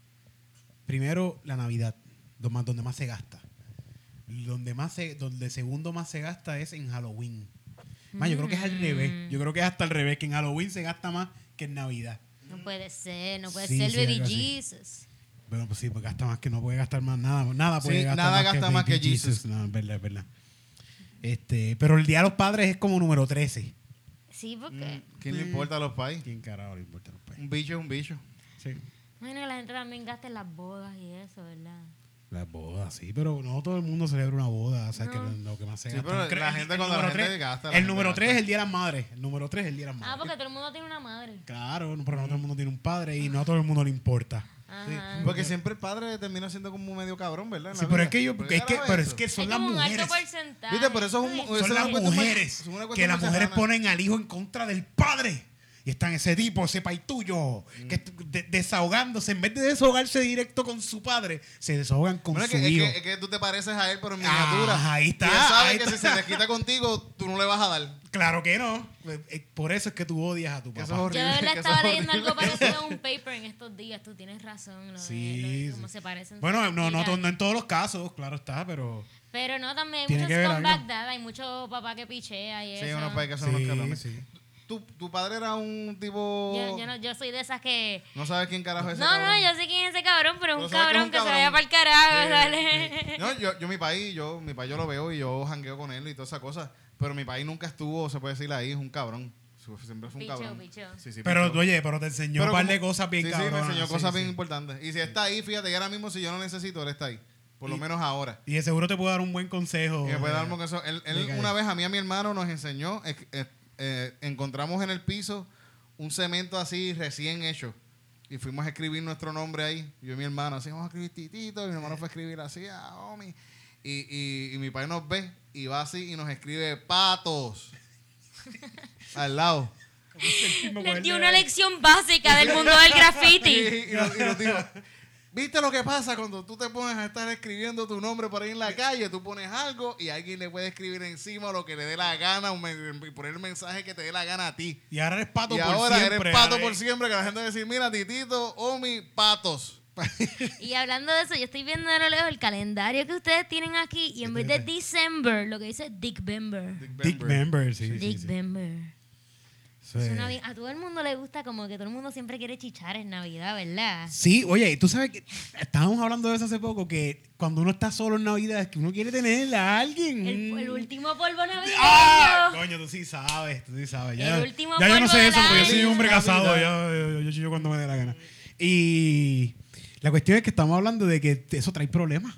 Speaker 6: primero, la Navidad, do- más- donde más se gasta.
Speaker 1: donde más se, donde segundo más se gasta es en Halloween. Más, yo creo que es al revés. Yo creo que es hasta al revés, que en Halloween se gasta más que en Navidad.
Speaker 3: No puede ser, no puede
Speaker 1: Sí,
Speaker 3: ser,
Speaker 1: sí,
Speaker 3: baby
Speaker 1: algo así.
Speaker 3: Jesus.
Speaker 1: Bueno, pues sí, pues gasta más que no puede gastar más nada. Nada puede
Speaker 2: Sí,
Speaker 1: gastar
Speaker 2: nada
Speaker 1: más
Speaker 2: gasta
Speaker 1: que
Speaker 2: más
Speaker 1: Baby
Speaker 2: que Jesus.
Speaker 1: No, es verdad, es verdad. Este, pero el Día de los Padres es como número 13.
Speaker 3: Sí, porque.
Speaker 2: Mm, ¿Quién le importa a los países?
Speaker 1: ¿Quién carajo le importa a los padres?
Speaker 2: Un bicho es un bicho.
Speaker 1: Sí.
Speaker 2: Mm.
Speaker 3: Bueno, que la gente también gasta en las bodas y eso, ¿verdad?
Speaker 1: Las bodas, sí, pero no todo el mundo celebra una boda. O sea, que
Speaker 3: No.
Speaker 1: lo- lo que más se
Speaker 2: Sí,
Speaker 1: gasta.
Speaker 2: pero
Speaker 1: Creo-
Speaker 2: la
Speaker 1: el-
Speaker 2: gente
Speaker 1: el
Speaker 2: cuando la
Speaker 1: número
Speaker 2: gente
Speaker 1: tres-
Speaker 2: gasta, la
Speaker 1: El
Speaker 2: gente
Speaker 1: número
Speaker 2: gasta.
Speaker 1: 3 es el Día de las Madres. El número 3 es el Día de las
Speaker 3: Ah,
Speaker 1: Madres.
Speaker 3: porque Mm. todo el mundo tiene una madre.
Speaker 1: Claro, no, pero no todo el mundo tiene un padre
Speaker 3: Ah.
Speaker 1: y no a todo el mundo le importa.
Speaker 2: Sí,
Speaker 3: Ajá.
Speaker 2: Porque siempre el padre termina siendo como medio cabrón, ¿verdad? En
Speaker 1: Sí,
Speaker 2: la
Speaker 1: pero
Speaker 2: vida.
Speaker 1: es que yo,
Speaker 2: ¿Por qué
Speaker 1: es que,
Speaker 2: carajo
Speaker 1: pero
Speaker 2: eso?
Speaker 1: es que son
Speaker 3: Hay
Speaker 1: las
Speaker 3: como un pues.
Speaker 1: mujeres.
Speaker 3: alto porcentaje.
Speaker 2: Viste, pero eso es un-
Speaker 3: Ay,
Speaker 2: eso
Speaker 1: Son
Speaker 2: es
Speaker 1: las
Speaker 2: una cuestión más-
Speaker 1: mujeres
Speaker 2: es una cuestión
Speaker 1: que las
Speaker 2: más
Speaker 1: mujeres
Speaker 2: serrana.
Speaker 1: ponen al hijo en contra del padre. Y están ese tipo, ese pai tuyo,
Speaker 2: Mm.
Speaker 1: que est- de- desahogándose. En vez de desahogarse directo con su padre, se desahogan con
Speaker 2: Bueno, es,
Speaker 1: su
Speaker 2: que, es
Speaker 1: hijo.
Speaker 2: que- es que tú te pareces a él, pero en miniatura.
Speaker 1: Ah, ahí está,
Speaker 2: Y él sabe
Speaker 1: ahí
Speaker 2: que si
Speaker 1: está.
Speaker 2: se desquita contigo, tú no le vas a dar.
Speaker 1: Claro que no. Eh, eh, Por eso es que tú odias a tu
Speaker 2: Que
Speaker 1: papá.
Speaker 2: eso es horrible.
Speaker 3: Yo de verdad
Speaker 2: que eso
Speaker 3: estaba
Speaker 2: es
Speaker 3: leyendo algo
Speaker 2: horrible.
Speaker 3: parecido a un paper en estos días. Tú tienes razón. Lo de- lo de
Speaker 1: Sí.
Speaker 3: cómo se parecen.
Speaker 1: Bueno, no, no,
Speaker 3: Mira,
Speaker 1: to- no en todos los casos, claro está, pero.
Speaker 3: Pero no, también hay
Speaker 1: Tiene que
Speaker 3: muchos
Speaker 1: ver
Speaker 3: comeback
Speaker 1: algo.
Speaker 3: dad. Hay mucho papá que pichea y
Speaker 2: Sí,
Speaker 3: eso.
Speaker 2: unos países que son
Speaker 1: Sí,
Speaker 2: unos cabrones.
Speaker 1: sí.
Speaker 2: Tu, tu padre era un tipo.
Speaker 3: Yo, yo no, yo soy de esas que...
Speaker 2: no sabes quién carajo es oh. Pues ese.
Speaker 3: No,
Speaker 2: cabrón.
Speaker 3: no, yo sé quién es ese cabrón, pero es
Speaker 2: Pero
Speaker 3: un
Speaker 2: sabes que es
Speaker 3: cabrón
Speaker 2: un
Speaker 3: que se
Speaker 2: cabrón.
Speaker 3: vaya para el carajo, ¿sabes?
Speaker 2: Sí, sí. No, yo, yo mi país, yo, mi país yo lo veo y yo jangueo con él y toda esa cosa. Pero mi país nunca estuvo, se puede decir ahí, es un cabrón. Su- Siempre fue un
Speaker 3: Picheo,
Speaker 2: cabrón.
Speaker 3: picheo.
Speaker 2: Sí, sí,
Speaker 1: Pero,
Speaker 2: picheo.
Speaker 1: oye, pero te enseñó
Speaker 2: Pero
Speaker 1: un par de
Speaker 2: como-
Speaker 1: cosas bien
Speaker 2: sí,
Speaker 1: cabronas.
Speaker 2: Sí, me enseñó
Speaker 1: sí,
Speaker 2: cosas
Speaker 1: sí.
Speaker 2: bien importantes. Y si está ahí, fíjate, que ahora mismo si yo no necesito, él está ahí. Por lo
Speaker 1: Y-
Speaker 2: menos ahora.
Speaker 1: Y de seguro te puedo dar un buen consejo.
Speaker 2: Y me puede
Speaker 1: eh,
Speaker 2: dar con eso. Él, él
Speaker 1: Diga
Speaker 2: una
Speaker 1: ahí.
Speaker 2: vez a mí y a mi hermano nos enseñó, eh, eh, eh, encontramos en el piso un cemento así recién hecho. Y fuimos a escribir nuestro nombre ahí. Yo y mi hermano, así vamos a escribir titito. Y mi hermano fue a escribir así, ah, homie. Y, y, y mi padre nos ve y va así y nos escribe patos al lado.
Speaker 3: Le dio una lección básica del mundo del graffiti.
Speaker 2: Y, y nos- y nos dijo, ¿viste lo que pasa cuando tú te pones a estar escribiendo tu nombre por ahí en la calle? Tú pones algo y alguien le puede escribir encima lo que le dé la gana o men- y poner el mensaje que te dé la gana a ti.
Speaker 1: Y ahora eres pato
Speaker 2: y
Speaker 1: por
Speaker 2: ahora
Speaker 1: siempre.
Speaker 2: eres pato
Speaker 1: ahora
Speaker 2: por
Speaker 1: es-
Speaker 2: siempre que la gente va a decir, mira, titito, omi, patos.
Speaker 3: Y hablando de eso, yo estoy viendo de lo lejos el calendario que ustedes tienen aquí y en vez de December, lo que dice Dickbember.
Speaker 1: Dick member, sí. sí, sí.
Speaker 3: Dickbember.
Speaker 1: Sí.
Speaker 3: Suena bien. A todo el mundo le gusta como que todo el mundo siempre quiere chichar en Navidad, ¿verdad?
Speaker 1: Sí, oye, y tú sabes que estábamos hablando de eso hace poco, que cuando uno está solo en Navidad, es que uno quiere tener a alguien.
Speaker 3: El, el último polvo navideño.
Speaker 1: ¡Ah! Coño, tú sí sabes, tú sí sabes. Ya,
Speaker 3: El último
Speaker 1: ya yo no
Speaker 3: polvo
Speaker 1: sé
Speaker 3: del
Speaker 1: eso, porque yo soy
Speaker 3: año.
Speaker 1: un hombre casado, ya, yo, yo, yo chillo cuando me dé la gana. Y la cuestión es que estamos hablando de que eso trae problemas.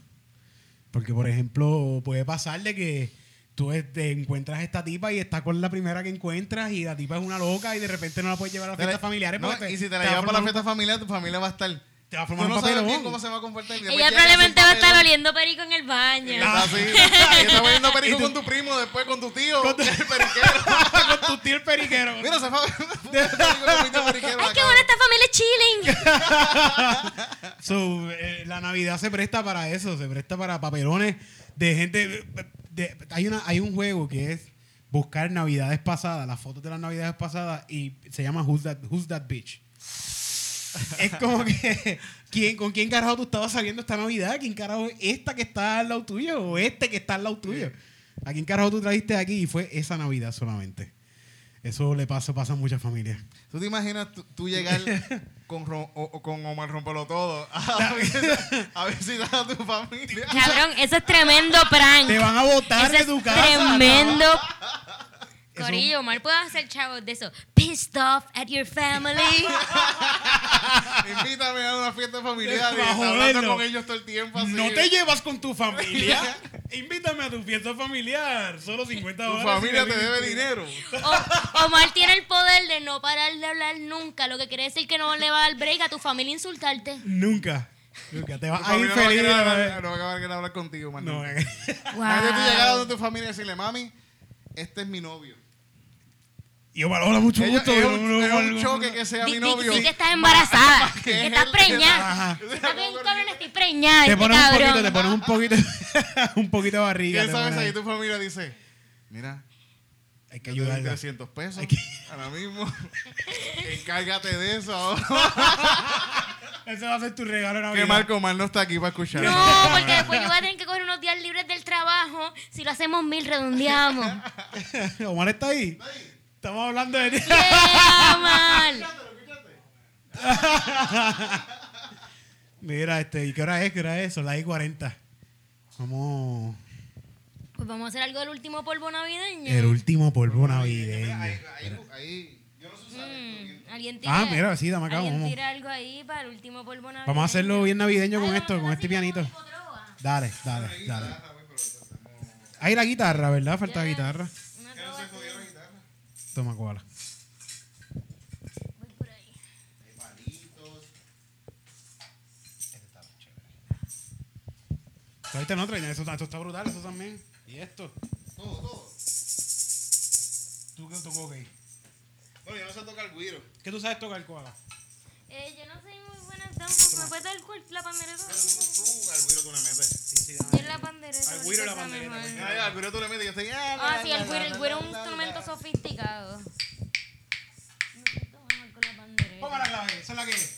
Speaker 1: Porque, por ejemplo, puede pasar de que tú eh, te encuentras a esta tipa y está con la primera que encuentras y la tipa es una loca y de repente no la puedes llevar a las fiestas familiares.
Speaker 2: No,
Speaker 1: porque
Speaker 2: y si te la
Speaker 1: va a
Speaker 2: llevas para la
Speaker 1: formar un-
Speaker 2: fiesta familiar, tu familia va a estar.
Speaker 1: Te va a
Speaker 2: Tú
Speaker 1: formar un
Speaker 2: no sabes
Speaker 1: papelón.
Speaker 2: bien cómo se va a comportar. y
Speaker 1: pues
Speaker 2: después
Speaker 3: Ella
Speaker 2: llegas a hacer
Speaker 3: probablemente va a estar
Speaker 2: papelón.
Speaker 3: oliendo perico en el baño.
Speaker 1: Ah.
Speaker 2: Está así, está- y está bebiendo perico
Speaker 1: Y tú-
Speaker 2: con tu primo, después con tu tío,
Speaker 1: Con tu-
Speaker 2: el periquero.
Speaker 1: con tu tío el periquero.
Speaker 2: Mira, se fue a periquero.
Speaker 3: Ay, qué buena esta familia es chilling.
Speaker 1: So, eh, la Navidad se presta para eso, se presta para papelones de gente. de- de- hay, una, hay un juego que es buscar Navidades pasadas, las fotos de las Navidades pasadas, y se llama Who's That, Who's That Bitch. es como que ¿quién, con quién carajo tú estabas saliendo esta Navidad, quién carajo es esta que está al lado tuyo o este que está al lado tuyo. ¿A quién carajo tú trajiste aquí? Y fue esa Navidad solamente. Eso le pasa, pasa a muchas familias.
Speaker 2: ¿Tú te imaginas tú, tú llegar con, Ro- o- o con Omar Rompelo Todo a, visitar- a visitar a tu familia?
Speaker 3: Cabrón, eso es tremendo prank.
Speaker 1: Te van a votar
Speaker 3: Ese
Speaker 1: de
Speaker 3: es
Speaker 1: tu casa.
Speaker 3: Tremendo.
Speaker 1: Eso-
Speaker 3: Corillo, mal puedo hacer chavos de eso. Pissed off at your family.
Speaker 2: Invítame a una fiesta familiar y
Speaker 1: Para
Speaker 2: estar hablando
Speaker 1: joderlo.
Speaker 2: con ellos todo el tiempo así.
Speaker 1: No te llevas con tu familia. Invítame a tu fiesta familiar. Solo 50
Speaker 2: Tu
Speaker 1: dólares.
Speaker 2: familia
Speaker 1: y me
Speaker 2: te debe
Speaker 1: vienes.
Speaker 2: dinero.
Speaker 3: O- Omar tiene el poder de no parar de hablar nunca, lo que quiere decir que no le va a dar break a tu familia insultarte.
Speaker 1: Nunca. Nunca. Te vas
Speaker 2: Tu
Speaker 1: a ir feliz.
Speaker 2: familia No va a querer
Speaker 1: eh.
Speaker 2: hablar- no va a querer hablar, contigo, man.
Speaker 1: No, eh.
Speaker 2: Imagínate tú llegar a donde tu familia y decirle, mami, este es mi novio.
Speaker 1: Y yo, hola, mucho
Speaker 2: Ella-
Speaker 1: gusto.
Speaker 2: es
Speaker 1: yo,
Speaker 2: un,
Speaker 1: no,
Speaker 2: es
Speaker 1: no,
Speaker 2: un
Speaker 1: no,
Speaker 2: choque
Speaker 1: no.
Speaker 2: que sea
Speaker 3: Di-
Speaker 2: mi
Speaker 3: di-
Speaker 2: novio.
Speaker 3: di que estás embarazada,
Speaker 2: que
Speaker 3: que
Speaker 2: es
Speaker 3: estás
Speaker 2: el-
Speaker 3: preñada.
Speaker 1: Ajá.
Speaker 3: Estás bien cabrón, estoy preñada.
Speaker 1: Te
Speaker 3: este
Speaker 1: pones un poquito,
Speaker 3: cabrón.
Speaker 1: te pones un poquito, un poquito de
Speaker 2: Y
Speaker 1: barriga.
Speaker 2: él
Speaker 1: te
Speaker 2: sabes
Speaker 1: pones
Speaker 2: ahí
Speaker 1: ahí.
Speaker 2: tu familia dice, mira,
Speaker 1: Hay que
Speaker 2: yo te doy
Speaker 1: ayudarla.
Speaker 2: 300 pesos
Speaker 1: Hay que-
Speaker 2: ahora mismo. Encárgate de eso ahora.
Speaker 1: Ese va a ser tu regalo de
Speaker 2: Que
Speaker 1: Navidad.
Speaker 2: Marco Mal no está aquí para escuchar.
Speaker 3: No, porque después yo voy a tener que coger unos días libres del abajo. Si lo hacemos mil, redondeamos.
Speaker 1: Omar está ahí. Estamos hablando de ti.
Speaker 3: Yeah, mal.
Speaker 1: Mira, este, ¿y qué hora es? ¿Qué hora es? Son las 40. Vamos.
Speaker 3: Pues vamos a hacer algo del último polvo navideño.
Speaker 1: El último polvo
Speaker 2: Mira,
Speaker 1: navideño.
Speaker 2: ahí- ahí- ahí- yo no sé usar esto bien.
Speaker 3: Mm, Alguien tira.
Speaker 1: Ah, mira, sí, dame acá.
Speaker 3: Alguien
Speaker 1: Vamos,
Speaker 3: tira algo ahí para el último polvo navideño.
Speaker 1: vamos a hacerlo bien navideño con
Speaker 3: Ah,
Speaker 1: esto, con
Speaker 3: así
Speaker 1: este
Speaker 3: como
Speaker 1: pianito.
Speaker 3: tipo trova.
Speaker 1: Dale, dale, dale. Ahí la guitarra, ¿verdad? Falta guitarra.
Speaker 3: Una trova así.
Speaker 1: Toma cola.
Speaker 3: Voy por ahí.
Speaker 1: Ahí está en otra. Eso, está- esto está brutal, eso también. Y esto.
Speaker 2: Todo, todo.
Speaker 1: ¿Tú qué tocó gay?
Speaker 2: Bueno, yo no sé tocar guiro.
Speaker 1: ¿Qué tú sabes tocar cola?
Speaker 3: Eh, yo no soy muy buena en tampoco. ¿Me puedes dar el- la pandereta?
Speaker 2: Tú, al guiro tú le metes.
Speaker 3: Yo en la pandereta.
Speaker 1: Al güiro
Speaker 3: ahorita
Speaker 1: la
Speaker 3: está
Speaker 1: pandereta,
Speaker 3: mejor.
Speaker 2: Ay, al guiro tú le metes. Yo estoy.
Speaker 3: Ah, sí, el güiro, el güiro es un instrumento sofisticado. Me siento mejor con la
Speaker 1: Ponga la
Speaker 3: pandereta.
Speaker 1: clave, esa es la que es.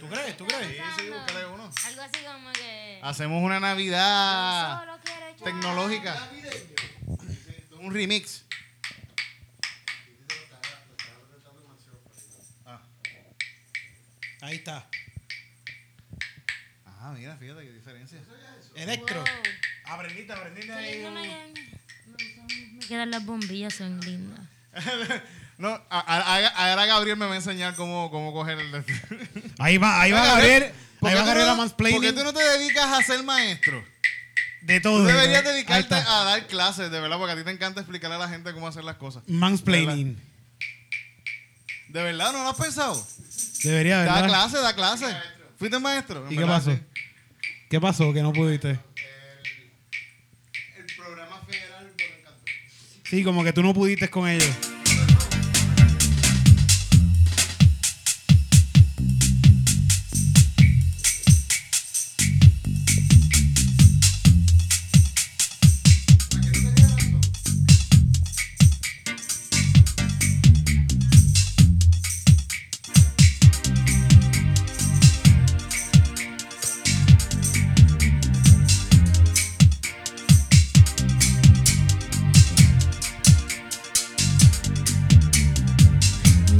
Speaker 1: ¿Tú crees? ¿Tú crees?
Speaker 3: Sí, sí,
Speaker 2: búscale uno.
Speaker 3: Algo así como que.
Speaker 2: Hacemos una Navidad
Speaker 3: Solo quiero echar-
Speaker 2: tecnológica. Un remix.
Speaker 1: Ahí está.
Speaker 2: Ah, mira, fíjate qué diferencia.
Speaker 1: Electro.
Speaker 3: Wow.
Speaker 1: Aprendiste, aprendiste
Speaker 3: Qué
Speaker 1: ahí.
Speaker 3: lindo
Speaker 1: un-
Speaker 3: me quedan- me gustan- Me quedan las bombillas, son lindas.
Speaker 2: No, a- a- a- ahora Gabriel me va a enseñar cómo, cómo coger el.
Speaker 1: Ahí va, ahí va Gabriel.
Speaker 2: ¿Por
Speaker 1: Ahí va
Speaker 2: qué tú
Speaker 1: Gabriel
Speaker 2: no-
Speaker 1: a mansplaining.
Speaker 2: ¿Por qué tú no te dedicas a ser maestro?
Speaker 1: De todo.
Speaker 2: Tú
Speaker 1: de
Speaker 2: deberías
Speaker 1: todo. Ahí
Speaker 2: dedicarte
Speaker 1: está.
Speaker 2: a dar clases, de verdad, porque a ti te encanta explicarle a la gente cómo hacer las cosas.
Speaker 1: Mansplaining.
Speaker 2: ¿De verdad no lo has pensado?
Speaker 1: Debería, ¿verdad?
Speaker 2: Da clase, da clase. ¿Fuiste maestro? En
Speaker 1: ¿Y qué
Speaker 2: verdad,
Speaker 1: pasó?
Speaker 2: sí.
Speaker 1: ¿Qué pasó que no pudiste?
Speaker 4: El programa federal por encanto.
Speaker 1: Sí, como que tú no pudiste con ellos.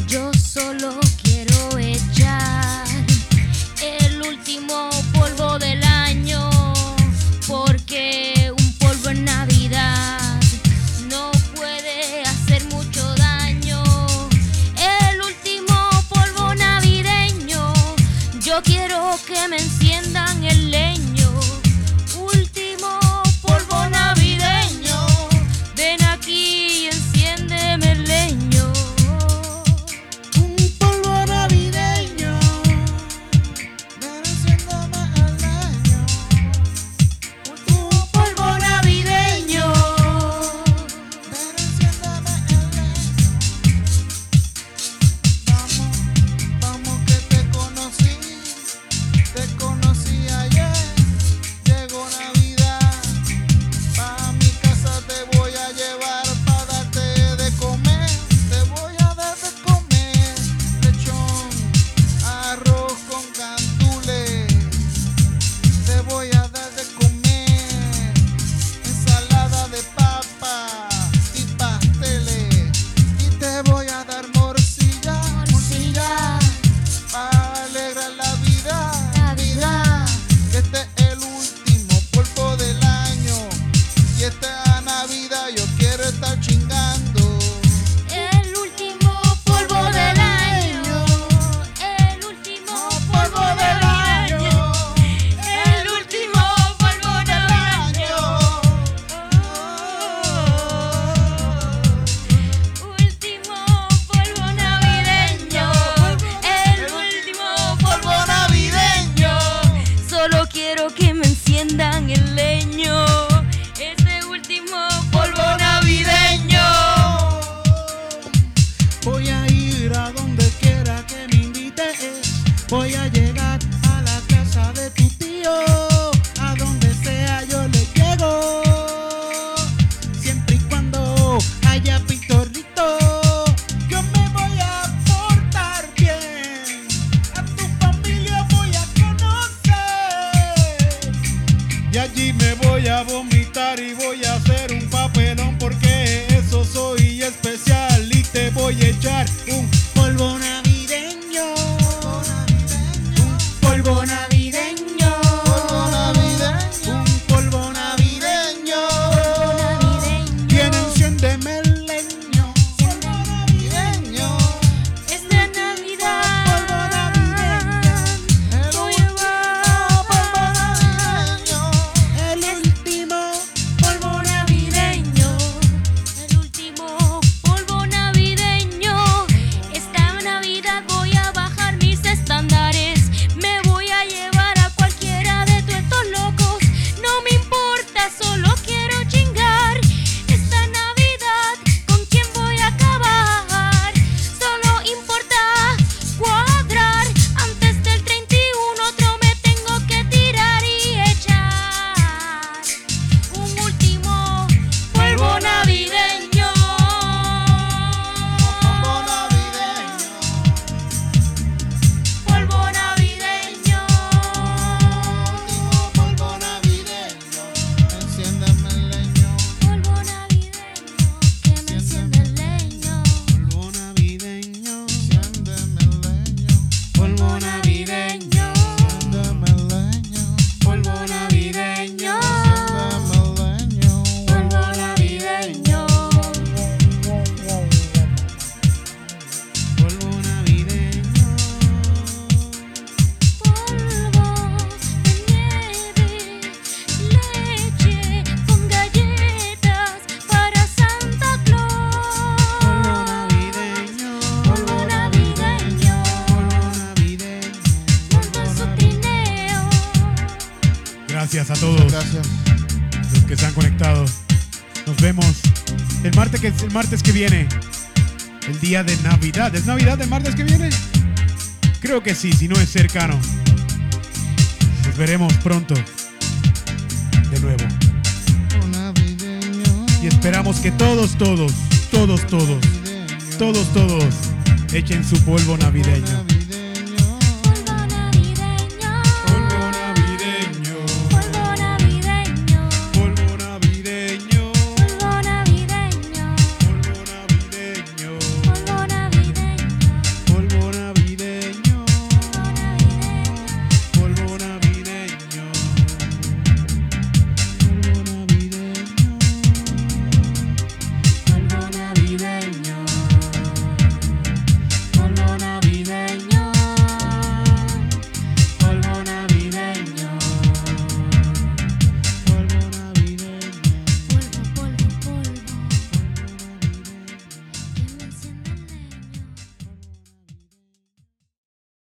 Speaker 3: Yo solo quiero echar el último polvo del año, porque un polvo en Navidad no puede hacer mucho daño. El último polvo navideño, yo quiero que me enciendan el leño. Último polvo navideño, ven aquí y enciéndeme el leño.
Speaker 1: Un polvo navideño.
Speaker 3: Un polvo navideño.
Speaker 2: Vamos, vamos que te conocí, te conocí ayer, llegó Navidad, pa' mi casa te voy a llevar, pa' darte de comer, te voy a dar de comer, lechón, arroz con gandules, te voy a dar de comer, ensalada de papa y pasteles, y te voy a dar morcilla,
Speaker 3: Morcilla,
Speaker 2: para alegrar la vida,
Speaker 3: Navidad.
Speaker 2: que este es el último polvo del año, y esta Navidad yo quiero estar chingando.
Speaker 3: El último polvo del año. El último polvo del año. El último polvo del año. Último polvo navideño. El último polvo navideño. Solo quiero que me enciendan el leño. Este último polvo navideño.
Speaker 1: Voy a ir a donde quiera que me invites. Voy a llegar a la casa de tu tío. A donde sea yo le llego. Siempre y cuando haya pitorrito. Yo me voy a portar bien. A tu familia voy a conocer. vomitar y voy a hacer un papelón porque eso soy especial y te voy a echar un polvo navideño. Un polvo navideño.
Speaker 6: Polvo navideño.
Speaker 1: Un polvo navideño.
Speaker 5: navideño.
Speaker 1: Bien, enciéndeme el leño.
Speaker 5: Esta Navidad voy a llevar el último polvo navideño. El último polvo navideño. Esta Navidad voy a bajar mis estándares. Me voy a llevar a cualquiera de todos estos locos. No me importa, solo quiero chingar. Esta Navidad, ¿con quién voy a acabar? Solo importa cuadrar. Antes del 31 otro me tengo que tirar y echar. Un último polvo navideño. Polvo Polvo navideño.
Speaker 6: Enciéndeme el leño.
Speaker 5: Polvo navideño. Que me enciende el leño.
Speaker 1: Polvo navideño.
Speaker 6: Enciéndeme el leño.
Speaker 1: Polvo navideño.
Speaker 6: Enciéndeme el leño.
Speaker 1: Polvo navideño.
Speaker 6: Enciéndeme el leño.
Speaker 5: Polvo navideño.
Speaker 1: Polvo navideño.
Speaker 5: Polvo de nieve, leche con galletas para Santa
Speaker 1: Polvo
Speaker 5: Claus.
Speaker 1: navideño.
Speaker 5: Polvo navideño.
Speaker 1: Polvo navideño.
Speaker 5: Monto en su trineo.
Speaker 1: Gracias a todos
Speaker 6: Gracias.
Speaker 1: los que se han conectado. Nos vemos el martes que, el martes que viene. El día de Navidad. ¿Es Navidad el martes que viene? Creo que sí, si no es cercano. Nos veremos pronto. De nuevo.
Speaker 6: Polvo navideño.
Speaker 1: Y esperamos que todos, todos, todos, todos,
Speaker 6: Navideño.
Speaker 1: todos, todos echen su polvo navideño.